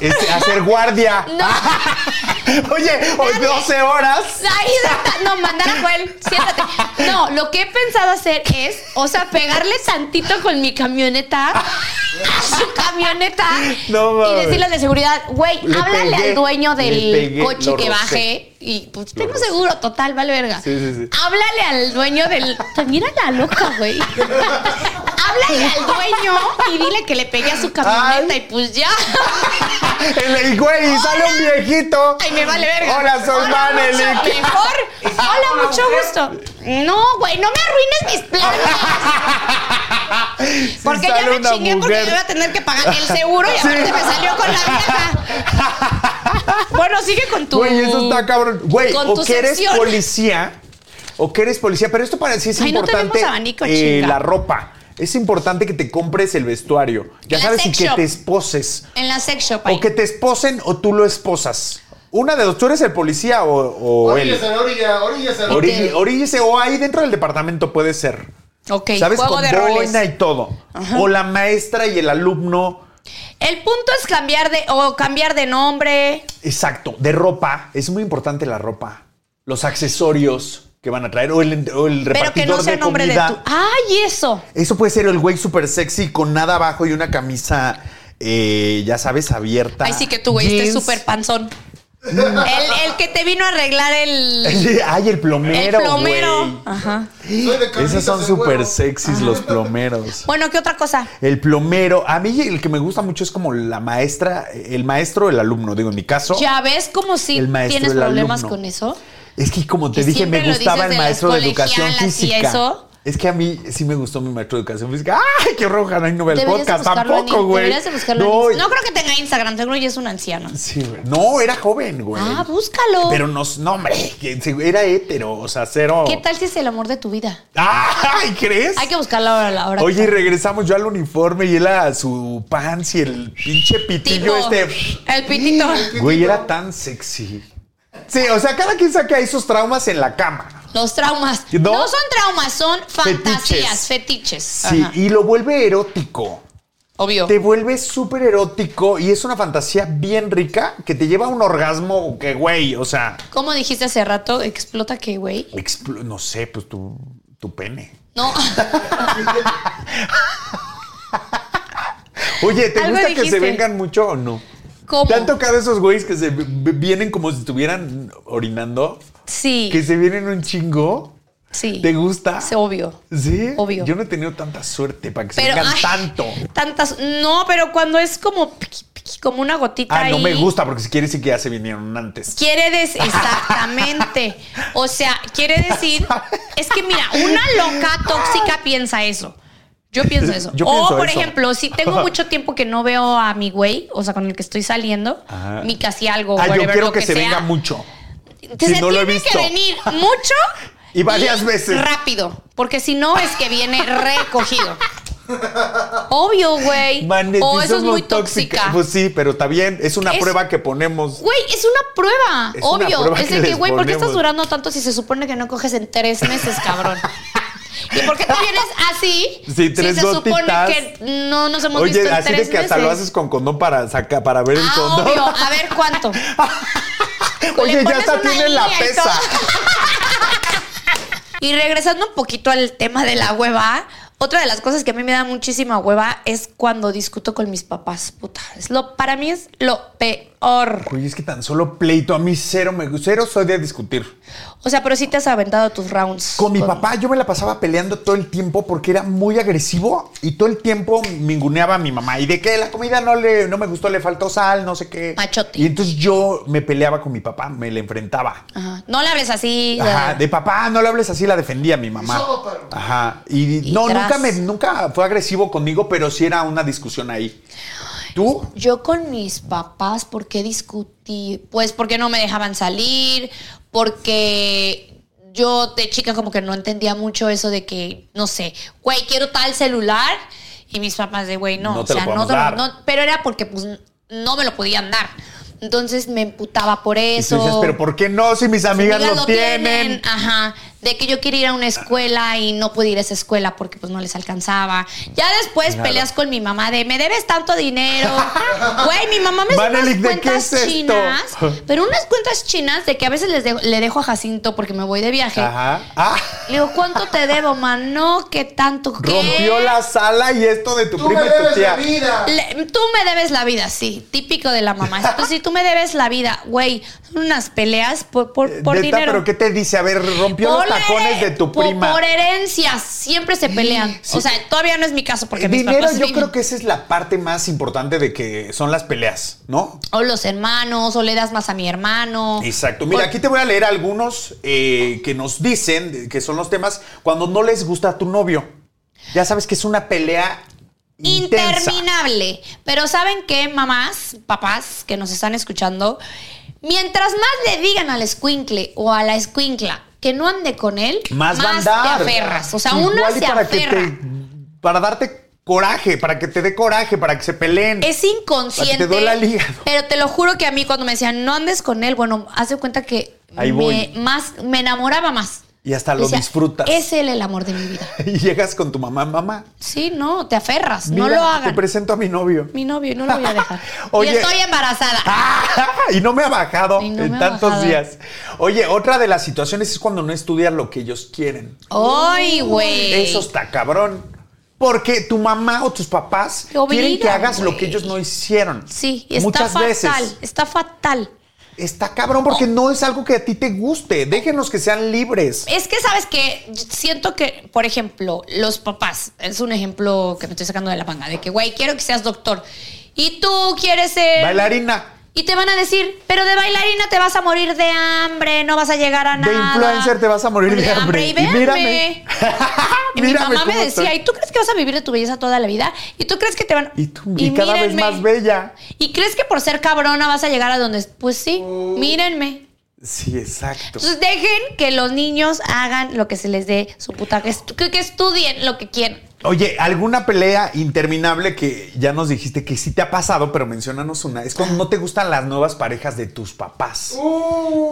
[SPEAKER 4] Es hacer guardia.
[SPEAKER 3] No,
[SPEAKER 4] <laughs> Oye, hoy 12 horas.
[SPEAKER 3] ahí está. No, mandar a Joel. Siéntate. No, lo que he pensado hacer es, o sea, pegarle tantito con mi camioneta <laughs> a su camioneta
[SPEAKER 4] No mames.
[SPEAKER 3] y decirle de seguridad, güey,
[SPEAKER 4] Le
[SPEAKER 3] háblale
[SPEAKER 4] pegué,
[SPEAKER 3] al dueño
[SPEAKER 4] le
[SPEAKER 3] del
[SPEAKER 4] pegué,
[SPEAKER 3] coche
[SPEAKER 4] lo
[SPEAKER 3] que
[SPEAKER 4] rocé.
[SPEAKER 3] baje y pues tengo
[SPEAKER 4] rocé.
[SPEAKER 3] seguro, total, vale verga.
[SPEAKER 4] Sí, sí, sí.
[SPEAKER 3] Háblale al dueño del. <laughs> Te mira la loca, güey. Háblale al dueño y dile que le pegué a su camioneta y
[SPEAKER 4] Ay.
[SPEAKER 3] pues ya.
[SPEAKER 4] El, el güey, y sale un viejito.
[SPEAKER 3] Ay, me vale verga.
[SPEAKER 4] Hola, soy Manelik.
[SPEAKER 3] mucho Mejor. Hola, mucho gusto. No, güey, no me arruines mis
[SPEAKER 4] <laughs>
[SPEAKER 3] planes.
[SPEAKER 4] Sí,
[SPEAKER 3] Porque ya
[SPEAKER 4] sale
[SPEAKER 3] me
[SPEAKER 4] una
[SPEAKER 3] chingué porque yo
[SPEAKER 4] mujer.
[SPEAKER 3] iba a tener que pagar el seguro y aparte me salió con la
[SPEAKER 4] <laughs>
[SPEAKER 3] vieja. Bueno, sigue con tu.
[SPEAKER 4] Güey, eso está cabrón. Güey,
[SPEAKER 3] con
[SPEAKER 4] o
[SPEAKER 3] tu
[SPEAKER 4] que eres
[SPEAKER 3] sección.
[SPEAKER 4] policía, o que eres policía, pero esto para sí es
[SPEAKER 3] Ay, no tenemos
[SPEAKER 4] importante.
[SPEAKER 3] abanico,
[SPEAKER 4] eh,
[SPEAKER 3] chinga.
[SPEAKER 4] la ropa. Es importante que te compres el vestuario. Ya
[SPEAKER 3] En la
[SPEAKER 4] sabes, y
[SPEAKER 3] sex
[SPEAKER 4] que
[SPEAKER 3] shop.
[SPEAKER 4] te esposes.
[SPEAKER 3] En la sex shop. ahí.
[SPEAKER 4] O que te esposen o tú lo esposas. Una de dos, tú eres el policía o, o él.
[SPEAKER 7] Orillas a la orilla, orillas a la orilla.
[SPEAKER 4] Oríllese, oríllese, o ahí dentro del departamento puede ser.
[SPEAKER 3] Ok,
[SPEAKER 4] ¿Sabes?
[SPEAKER 3] juego
[SPEAKER 4] Con
[SPEAKER 3] de roles.
[SPEAKER 4] boina y todo. O la maestra y el alumno.
[SPEAKER 3] El punto es cambiar de. O cambiar de nombre.
[SPEAKER 4] Exacto, de ropa. Es muy importante la ropa. Los accesorios que van a traer o el, o el
[SPEAKER 3] Pero
[SPEAKER 4] repartidor
[SPEAKER 3] que no sea
[SPEAKER 4] de
[SPEAKER 3] nombre
[SPEAKER 4] comida.
[SPEAKER 3] de tu. ¡Ay, eso!
[SPEAKER 4] Eso puede ser el güey súper sexy con nada abajo y una camisa, eh, ya sabes, abierta.
[SPEAKER 3] Ay, sí que tú, güey,
[SPEAKER 4] Jeans. Mm.
[SPEAKER 3] estés súper panzón. El, el que te vino a arreglar
[SPEAKER 4] Eh.
[SPEAKER 3] el.
[SPEAKER 4] <laughs> Ay, el plomero.
[SPEAKER 3] el plomero.
[SPEAKER 4] güey.
[SPEAKER 3] Ajá.
[SPEAKER 7] Soy de camisas
[SPEAKER 4] Esos son
[SPEAKER 7] de
[SPEAKER 4] súper
[SPEAKER 7] huevo.
[SPEAKER 4] sexys los plomeros.
[SPEAKER 3] Bueno, ¿qué otra cosa?
[SPEAKER 4] El plomero. A mí el que me gusta mucho es como la maestra, el maestro, el alumno. Digo, en mi caso.
[SPEAKER 3] ¿Ya ves como si
[SPEAKER 4] El maestro,
[SPEAKER 3] tienes
[SPEAKER 4] el
[SPEAKER 3] problemas
[SPEAKER 4] alumno.
[SPEAKER 3] con eso?
[SPEAKER 4] Es que como te
[SPEAKER 3] Y
[SPEAKER 4] dije,
[SPEAKER 3] siempre
[SPEAKER 4] me
[SPEAKER 3] lo
[SPEAKER 4] gustaba
[SPEAKER 3] dices
[SPEAKER 4] el
[SPEAKER 3] de las
[SPEAKER 4] maestro de educación
[SPEAKER 3] colegialas y
[SPEAKER 4] física.
[SPEAKER 3] eso.
[SPEAKER 4] Es que a mí sí me gustó mi maestro de educación física. ¡Ay, qué roja! Ay, no ve el
[SPEAKER 3] Deberías de
[SPEAKER 4] podcast
[SPEAKER 3] buscarlo en
[SPEAKER 4] tampoco,
[SPEAKER 3] in-
[SPEAKER 4] güey.
[SPEAKER 3] Deberías de buscarlo en
[SPEAKER 4] No,
[SPEAKER 3] Insta- No creo que tenga Instagram, seguro ya es un anciano.
[SPEAKER 4] sí, güey. No, era joven, güey.
[SPEAKER 3] Ah, búscalo.
[SPEAKER 4] Pero no, no, hombre, que se- era hétero, o sea, cero.
[SPEAKER 3] ¿Qué tal si es el amor de tu vida?
[SPEAKER 4] ¡Ay, crees!
[SPEAKER 3] Hay que buscarlo ahora. la hora.
[SPEAKER 4] Oye, y regresamos yo al uniforme y él a su pants y el pinche pitillo
[SPEAKER 3] Tipo,
[SPEAKER 4] este.
[SPEAKER 3] El pitito.
[SPEAKER 4] Güey, era tan sexy. Sí, o sea, cada quien saca esos traumas en la cama.
[SPEAKER 3] Los traumas.
[SPEAKER 4] ¿No?
[SPEAKER 3] ¿No? son traumas, son fantasías, fetiches.
[SPEAKER 4] Sí,
[SPEAKER 3] Ajá.
[SPEAKER 4] y lo vuelve erótico.
[SPEAKER 3] Obvio.
[SPEAKER 4] Te vuelve súper erótico y es una fantasía bien rica que te lleva a un orgasmo que, güey, o sea,
[SPEAKER 3] Como dijiste hace rato, explota que, güey.
[SPEAKER 4] explo- no sé, pues tu, tu pene. <laughs>
[SPEAKER 3] No.
[SPEAKER 4] Oye, ¿te
[SPEAKER 3] Algo
[SPEAKER 4] gusta que se
[SPEAKER 3] dijiste.
[SPEAKER 4] vengan mucho o no?
[SPEAKER 3] ¿Cómo?
[SPEAKER 4] ¿Te han tocado esos güeyes que se v- v- vienen como si estuvieran orinando?
[SPEAKER 3] Sí.
[SPEAKER 4] ¿Que se vienen un chingo?
[SPEAKER 3] Sí.
[SPEAKER 4] ¿Te gusta?
[SPEAKER 3] Sí, obvio.
[SPEAKER 4] ¿Sí?
[SPEAKER 3] Obvio.
[SPEAKER 4] Yo no he tenido tanta suerte para que se
[SPEAKER 3] Pero,
[SPEAKER 4] vengan
[SPEAKER 3] ay,
[SPEAKER 4] tanto.
[SPEAKER 3] Tantas. No, pero cuando es como piqui, piqui, como una gotita
[SPEAKER 4] Ah, no
[SPEAKER 3] ahí.
[SPEAKER 4] me gusta porque si quieres sí que ya se vinieron antes.
[SPEAKER 3] Quiere
[SPEAKER 4] <laughs>
[SPEAKER 3] decir, exactamente. O sea, quiere decir, es que mira, una loca tóxica piensa eso. Yo pienso eso.
[SPEAKER 4] Yo
[SPEAKER 3] o,
[SPEAKER 4] pienso
[SPEAKER 3] por
[SPEAKER 4] eso.
[SPEAKER 3] ejemplo, si
[SPEAKER 4] <laughs>
[SPEAKER 3] tengo mucho tiempo que no veo a mi güey, o sea, con el que estoy saliendo,
[SPEAKER 4] Ajá.
[SPEAKER 3] mi casi algo,
[SPEAKER 4] ah, yo
[SPEAKER 3] whatever,
[SPEAKER 4] quiero
[SPEAKER 3] lo
[SPEAKER 4] que, se
[SPEAKER 3] sea,
[SPEAKER 4] venga mucho.
[SPEAKER 3] se
[SPEAKER 4] si no lo he
[SPEAKER 3] tiene
[SPEAKER 4] visto.
[SPEAKER 3] que
[SPEAKER 4] <laughs>
[SPEAKER 3] venir mucho
[SPEAKER 4] Y varias veces.
[SPEAKER 3] Rápido, porque si no es que
[SPEAKER 4] <laughs>
[SPEAKER 3] viene recogido. Obvio, güey.
[SPEAKER 4] Manes,
[SPEAKER 3] O
[SPEAKER 4] sí
[SPEAKER 3] eso es
[SPEAKER 4] somos
[SPEAKER 3] muy tóxica.
[SPEAKER 4] Pues sí, pero está bien. Es una
[SPEAKER 3] Es-
[SPEAKER 4] prueba que ponemos.
[SPEAKER 3] Güey, es una prueba,
[SPEAKER 4] Es una
[SPEAKER 3] obvio.
[SPEAKER 4] prueba
[SPEAKER 3] es
[SPEAKER 4] que
[SPEAKER 3] de que,
[SPEAKER 4] les
[SPEAKER 3] güey, ¿por qué estás
[SPEAKER 4] ponemos.
[SPEAKER 3] durando tanto si se supone que no coges en tres meses, cabrón? ¿Y por qué te vienes así?
[SPEAKER 4] Sí, tres
[SPEAKER 3] si se
[SPEAKER 4] gotitas.
[SPEAKER 3] supone que no nos hemos
[SPEAKER 4] Oye,
[SPEAKER 3] visto en
[SPEAKER 4] así
[SPEAKER 3] tres
[SPEAKER 4] de que hasta
[SPEAKER 3] meses.
[SPEAKER 4] lo haces con condón para, saca, para ver el
[SPEAKER 3] ah,
[SPEAKER 4] condón.
[SPEAKER 3] obvio.
[SPEAKER 4] <laughs>
[SPEAKER 3] A ver, ¿cuánto? Le
[SPEAKER 4] Oye, ya
[SPEAKER 3] pones
[SPEAKER 4] está,
[SPEAKER 3] una
[SPEAKER 4] tiene la
[SPEAKER 3] línea y
[SPEAKER 4] pesa.
[SPEAKER 3] todo. Y regresando un poquito al tema de la hueva, otra de las cosas que a mí me da muchísima hueva es cuando discuto con mis papás, puta. Es lo, para mí es lo peor.
[SPEAKER 4] Oye, es que tan solo pleito. A mí cero me Cero soy de discutir.
[SPEAKER 3] O sea, pero sí te has aventado tus rounds.
[SPEAKER 4] Con mi papá yo me la pasaba peleando todo el tiempo porque era muy agresivo y todo el tiempo minguneaba a mi mamá. Y de que la comida no le no me gustó, le faltó sal, no sé qué.
[SPEAKER 3] Machote.
[SPEAKER 4] Y entonces yo me peleaba con mi papá, me le enfrentaba.
[SPEAKER 3] Ajá. No le hables así.
[SPEAKER 4] Ajá,
[SPEAKER 3] eh.
[SPEAKER 4] de papá, no le hables así, la defendía mi mamá. Ajá. Y,
[SPEAKER 3] Y
[SPEAKER 4] no,
[SPEAKER 3] tras.
[SPEAKER 4] nunca me, nunca fue agresivo conmigo, pero sí era una discusión ahí. ¿Tú?
[SPEAKER 3] Yo con mis papás, ¿por qué discutí? Pues porque no me dejaban salir, porque yo de chica como que no entendía mucho eso de que, no sé, güey, quiero tal celular. Y mis papás de, güey, no,
[SPEAKER 4] No
[SPEAKER 3] o
[SPEAKER 4] te lo
[SPEAKER 3] sea, no,
[SPEAKER 4] podemos
[SPEAKER 3] te lo-
[SPEAKER 4] dar.
[SPEAKER 3] no- pero era porque pues no me lo podían dar. Entonces me emputaba por
[SPEAKER 4] Y tú
[SPEAKER 3] eso.
[SPEAKER 4] dices, pero ¿por qué no? Si
[SPEAKER 3] Mis
[SPEAKER 4] mis amigas, lo, tienen.
[SPEAKER 3] Ah, Ajá. De que yo quería ir a una escuela y no pude ir a esa escuela porque pues no les alcanzaba. Ya después peleas con mi mamá de me debes tanto
[SPEAKER 4] <laughs>
[SPEAKER 3] dinero. Güey, mi mamá me hizo
[SPEAKER 4] Manelik,
[SPEAKER 3] unas
[SPEAKER 4] ¿de qué
[SPEAKER 3] cuentas
[SPEAKER 4] es esto? <laughs>
[SPEAKER 3] chinas. Pero unas cuentas chinas de que a veces les dejo- le dejo a Jacinto porque me voy de viaje.
[SPEAKER 4] Ajá. Ah,
[SPEAKER 3] Le digo, ¿cuánto te debo, man? No, ¿qué tanto? ¿Qué?
[SPEAKER 4] rompió la sala y esto de tu
[SPEAKER 7] Tú
[SPEAKER 4] prima
[SPEAKER 7] me
[SPEAKER 4] y tu
[SPEAKER 7] debes
[SPEAKER 4] tía.
[SPEAKER 7] la vida.
[SPEAKER 3] Le- tú me debes la vida, sí, típico de la mamá. Pues si tú me debes la vida, güey, son unas peleas por, por, por
[SPEAKER 4] Eh, Neta,
[SPEAKER 3] dinero.
[SPEAKER 4] ¿Pero qué te dice? A ver, rompió
[SPEAKER 3] Por
[SPEAKER 4] los tacones de
[SPEAKER 3] here-
[SPEAKER 4] tu
[SPEAKER 3] por-
[SPEAKER 4] prima.
[SPEAKER 3] Por herencias, siempre se pelean. O sea, todavía no es mi caso porque mis
[SPEAKER 4] Dinero,
[SPEAKER 3] papás
[SPEAKER 4] yo
[SPEAKER 3] viven-
[SPEAKER 4] creo que esa es la parte más importante de que son las peleas, ¿no?
[SPEAKER 3] O los hermanos, o le das más a mi hermano.
[SPEAKER 4] Exacto. Mira,
[SPEAKER 3] O-
[SPEAKER 4] aquí te voy a leer algunos eh, que nos dicen de- que son los temas cuando no les gusta a tu novio. Ya sabes que es una pelea intensa.
[SPEAKER 3] Interminable. Pero ¿saben qué, mamás, papás que nos están escuchando? Mientras más le digan al escuincle o a la escuincla que no ande con él,
[SPEAKER 4] Más, va a
[SPEAKER 3] te
[SPEAKER 4] andar.
[SPEAKER 3] aferras. O sea,
[SPEAKER 4] Igual
[SPEAKER 3] uno
[SPEAKER 4] y
[SPEAKER 3] se
[SPEAKER 4] para
[SPEAKER 3] aferra.
[SPEAKER 4] Que te- para darte coraje, para que te dé coraje, para que se peleen.
[SPEAKER 3] Es inconsciente.
[SPEAKER 4] Para que te duela el hígado.
[SPEAKER 3] Pero te lo juro que a mí cuando me decían, no andes con él, bueno, haz de cuenta que
[SPEAKER 4] Ahí voy.
[SPEAKER 3] me, más, me enamoraba más.
[SPEAKER 4] Y hasta lo
[SPEAKER 3] Decía,
[SPEAKER 4] disfrutas.
[SPEAKER 3] Es él el amor de mi vida.
[SPEAKER 4] <laughs> Y llegas con tu mamá, mamá.
[SPEAKER 3] Sí, no, te aferras, no
[SPEAKER 4] mira,
[SPEAKER 3] lo
[SPEAKER 4] Te
[SPEAKER 3] hagan.
[SPEAKER 4] presento a mi novio.
[SPEAKER 3] Mi novio, no lo voy a dejar.
[SPEAKER 4] <laughs> Oye.
[SPEAKER 3] y estoy embarazada.
[SPEAKER 4] ¡Ah! <laughs> Y no me ha bajado
[SPEAKER 3] Y no
[SPEAKER 4] en
[SPEAKER 3] me ha
[SPEAKER 4] tantos
[SPEAKER 3] bajado.
[SPEAKER 4] días. Oye, otra de las situaciones es cuando no estudian lo que ellos quieren.
[SPEAKER 3] ¡Ay, güey!
[SPEAKER 4] Eso está cabrón. Porque tu mamá o tus papás
[SPEAKER 3] Te obligan,
[SPEAKER 4] quieren que hagas lo
[SPEAKER 3] güey.
[SPEAKER 4] que ellos no hicieron.
[SPEAKER 3] Sí, está
[SPEAKER 4] Muchas
[SPEAKER 3] fatal. Oh.
[SPEAKER 4] veces.
[SPEAKER 3] Está fatal.
[SPEAKER 4] Está cabrón porque no es algo que a ti te guste. Déjenos que sean libres.
[SPEAKER 3] Es que, ¿sabes que Siento que, por ejemplo, los papás, es un ejemplo que me estoy sacando de la manga, de que, güey, quiero que seas doctor. Y tú quieres ser...
[SPEAKER 4] Bailarina.
[SPEAKER 3] Y te van a decir, pero de bailarina te vas a morir de hambre, no vas a llegar a
[SPEAKER 4] De
[SPEAKER 3] nada.
[SPEAKER 4] influencer te vas a morir de hambre.
[SPEAKER 3] Y,
[SPEAKER 4] Y
[SPEAKER 3] verme.
[SPEAKER 4] mírame.
[SPEAKER 3] <laughs> Y mi
[SPEAKER 4] Mírame
[SPEAKER 3] mamá me
[SPEAKER 4] cómo
[SPEAKER 3] decía,
[SPEAKER 4] estoy.
[SPEAKER 3] ¿y tú crees que vas a vivir de tu belleza toda la vida? ¿Y tú crees que te van
[SPEAKER 4] Y tú- y cada vez
[SPEAKER 3] mírenme.
[SPEAKER 4] más bella.
[SPEAKER 3] ¿Y crees que por ser cabrona vas a llegar a donde? Pues sí,
[SPEAKER 4] Oh.
[SPEAKER 3] mírenme.
[SPEAKER 4] Sí, exacto.
[SPEAKER 3] Entonces dejen que los niños hagan lo que se les dé su puta, que, estu- que- que estudien lo que quieran.
[SPEAKER 4] Oye, ¿alguna pelea interminable que ya nos dijiste que sí te ha pasado, pero mencionanos una? Es cuando no te gustan las nuevas parejas de tus papás.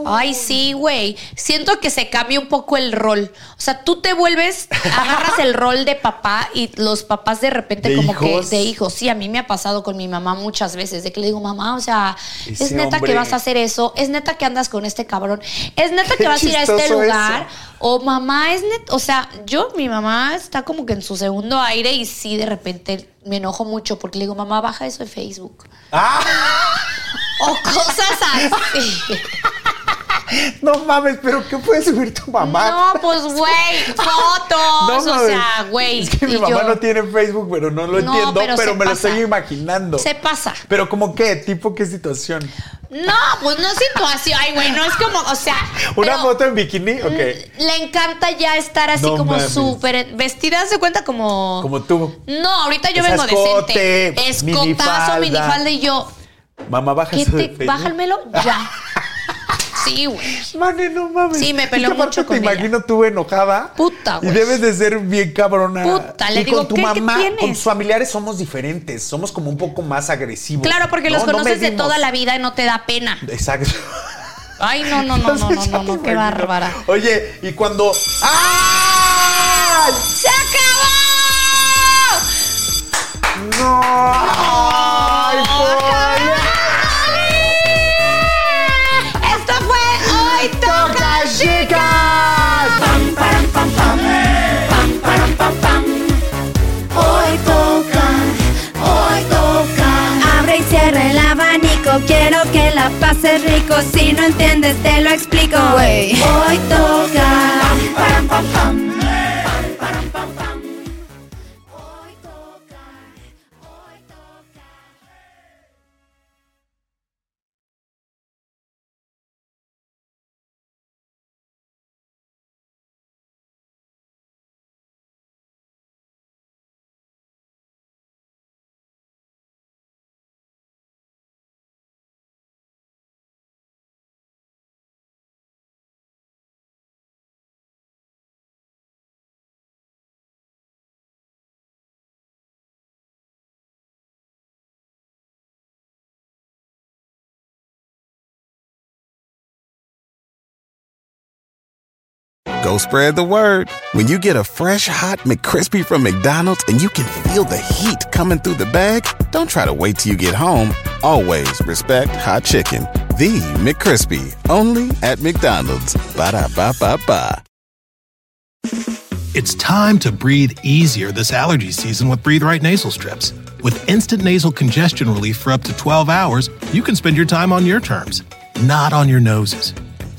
[SPEAKER 3] Ay, sí, güey. Siento que se cambia un poco el rol. O sea, tú te
[SPEAKER 4] <laughs>
[SPEAKER 3] vuelves, agarras el rol de papá y los papás de repente
[SPEAKER 4] ¿De
[SPEAKER 3] como
[SPEAKER 4] hijos?
[SPEAKER 3] que de hijos. Sí, a mí me ha pasado con mi mamá muchas veces, de que le digo, mamá, o sea, es
[SPEAKER 4] Ese
[SPEAKER 3] neta
[SPEAKER 4] hombre.
[SPEAKER 3] que vas a hacer eso, es neta que andas con este cabrón, es neta
[SPEAKER 4] <laughs> Qué
[SPEAKER 3] que vas a ir a este
[SPEAKER 4] chistoso
[SPEAKER 3] lugar.
[SPEAKER 4] eso.
[SPEAKER 3] O mamá, es neta, o sea, yo, mi mamá está como que en su segundo aire y sí, de repente me enojo mucho porque le digo, mamá, baja eso de Facebook.
[SPEAKER 4] ¡Ah!
[SPEAKER 3] O
[SPEAKER 4] <laughs>
[SPEAKER 3] cosas así.
[SPEAKER 4] No mames, pero ¿qué puede subir tu mamá?
[SPEAKER 3] No, pues,
[SPEAKER 4] <laughs>
[SPEAKER 3] güey, fotos, o sea, güey.
[SPEAKER 4] Es que mi
[SPEAKER 3] y
[SPEAKER 4] mamá
[SPEAKER 3] yo-
[SPEAKER 4] no tiene Facebook, pero no lo
[SPEAKER 3] No,
[SPEAKER 4] entiendo, pero,
[SPEAKER 3] pero se
[SPEAKER 4] me lo
[SPEAKER 3] pasa.
[SPEAKER 4] estoy imaginando.
[SPEAKER 3] Se pasa.
[SPEAKER 4] Pero como qué, tipo qué situación.
[SPEAKER 3] No, pues no es situación. Ay, güey, no es como, o sea.
[SPEAKER 4] ¿Una
[SPEAKER 3] pero Mm.
[SPEAKER 4] foto en bikini? Ok.
[SPEAKER 3] Le encanta ya estar así
[SPEAKER 4] No
[SPEAKER 3] como
[SPEAKER 4] mames.
[SPEAKER 3] súper vestida, se cuenta como.
[SPEAKER 4] Como tú.
[SPEAKER 3] No, ahorita yo
[SPEAKER 4] Es
[SPEAKER 3] vengo
[SPEAKER 4] escote,
[SPEAKER 3] decente. Escotazo,
[SPEAKER 4] minifalda.
[SPEAKER 3] minifalda y yo.
[SPEAKER 4] Mamá, baja
[SPEAKER 3] ¿Qué
[SPEAKER 4] eso de
[SPEAKER 3] te,
[SPEAKER 4] Facebook.
[SPEAKER 3] bájalmelo ya. Sí, güey.
[SPEAKER 4] Mane, no mames.
[SPEAKER 3] Sí, me
[SPEAKER 4] Es
[SPEAKER 3] peló
[SPEAKER 4] que aparte
[SPEAKER 3] mucho con
[SPEAKER 4] te
[SPEAKER 3] ella.
[SPEAKER 4] imagino tú enojada.
[SPEAKER 3] Puta,
[SPEAKER 4] Y
[SPEAKER 3] güey.
[SPEAKER 4] debes de ser bien cabrona.
[SPEAKER 3] Puta, le
[SPEAKER 4] y
[SPEAKER 3] digo,
[SPEAKER 4] con tu
[SPEAKER 3] ¿qué- qué
[SPEAKER 4] mamá,
[SPEAKER 3] tienes?
[SPEAKER 4] con tus familiares somos diferentes. Somos como un poco más agresivos.
[SPEAKER 3] Claro, porque
[SPEAKER 4] No,
[SPEAKER 3] los
[SPEAKER 4] no
[SPEAKER 3] conoces de
[SPEAKER 4] medimos.
[SPEAKER 3] toda la vida y no te da pena.
[SPEAKER 4] Exacto.
[SPEAKER 3] Ay, no,
[SPEAKER 4] <laughs>
[SPEAKER 3] no, no, no, no, no, no, qué bárbara.
[SPEAKER 4] Oye, y cuando. ¡Ah!
[SPEAKER 3] ¡Se acabó!
[SPEAKER 4] ¡No! ¡Ay, Paul!
[SPEAKER 3] Esto fue Hoy Toca
[SPEAKER 4] chicas!
[SPEAKER 6] Hoy toca, hoy toca. Abre y cierra el abanico, quiero que la pases rico. Si no entiendes, te lo explico. Hoy toca. Hoy toca, hoy toca.
[SPEAKER 1] Go spread the word. When you get a fresh hot McCrispy from McDonald's and you can feel the heat coming through the bag, don't try to wait till you get home. Always respect hot chicken. The McCrispy, only at McDonald's. Ba da ba ba ba.
[SPEAKER 2] It's time to breathe easier this allergy season with Breathe Right Nasal Strips. With instant nasal congestion relief for up to 12 hours, you can spend your time on your terms, not on your noses.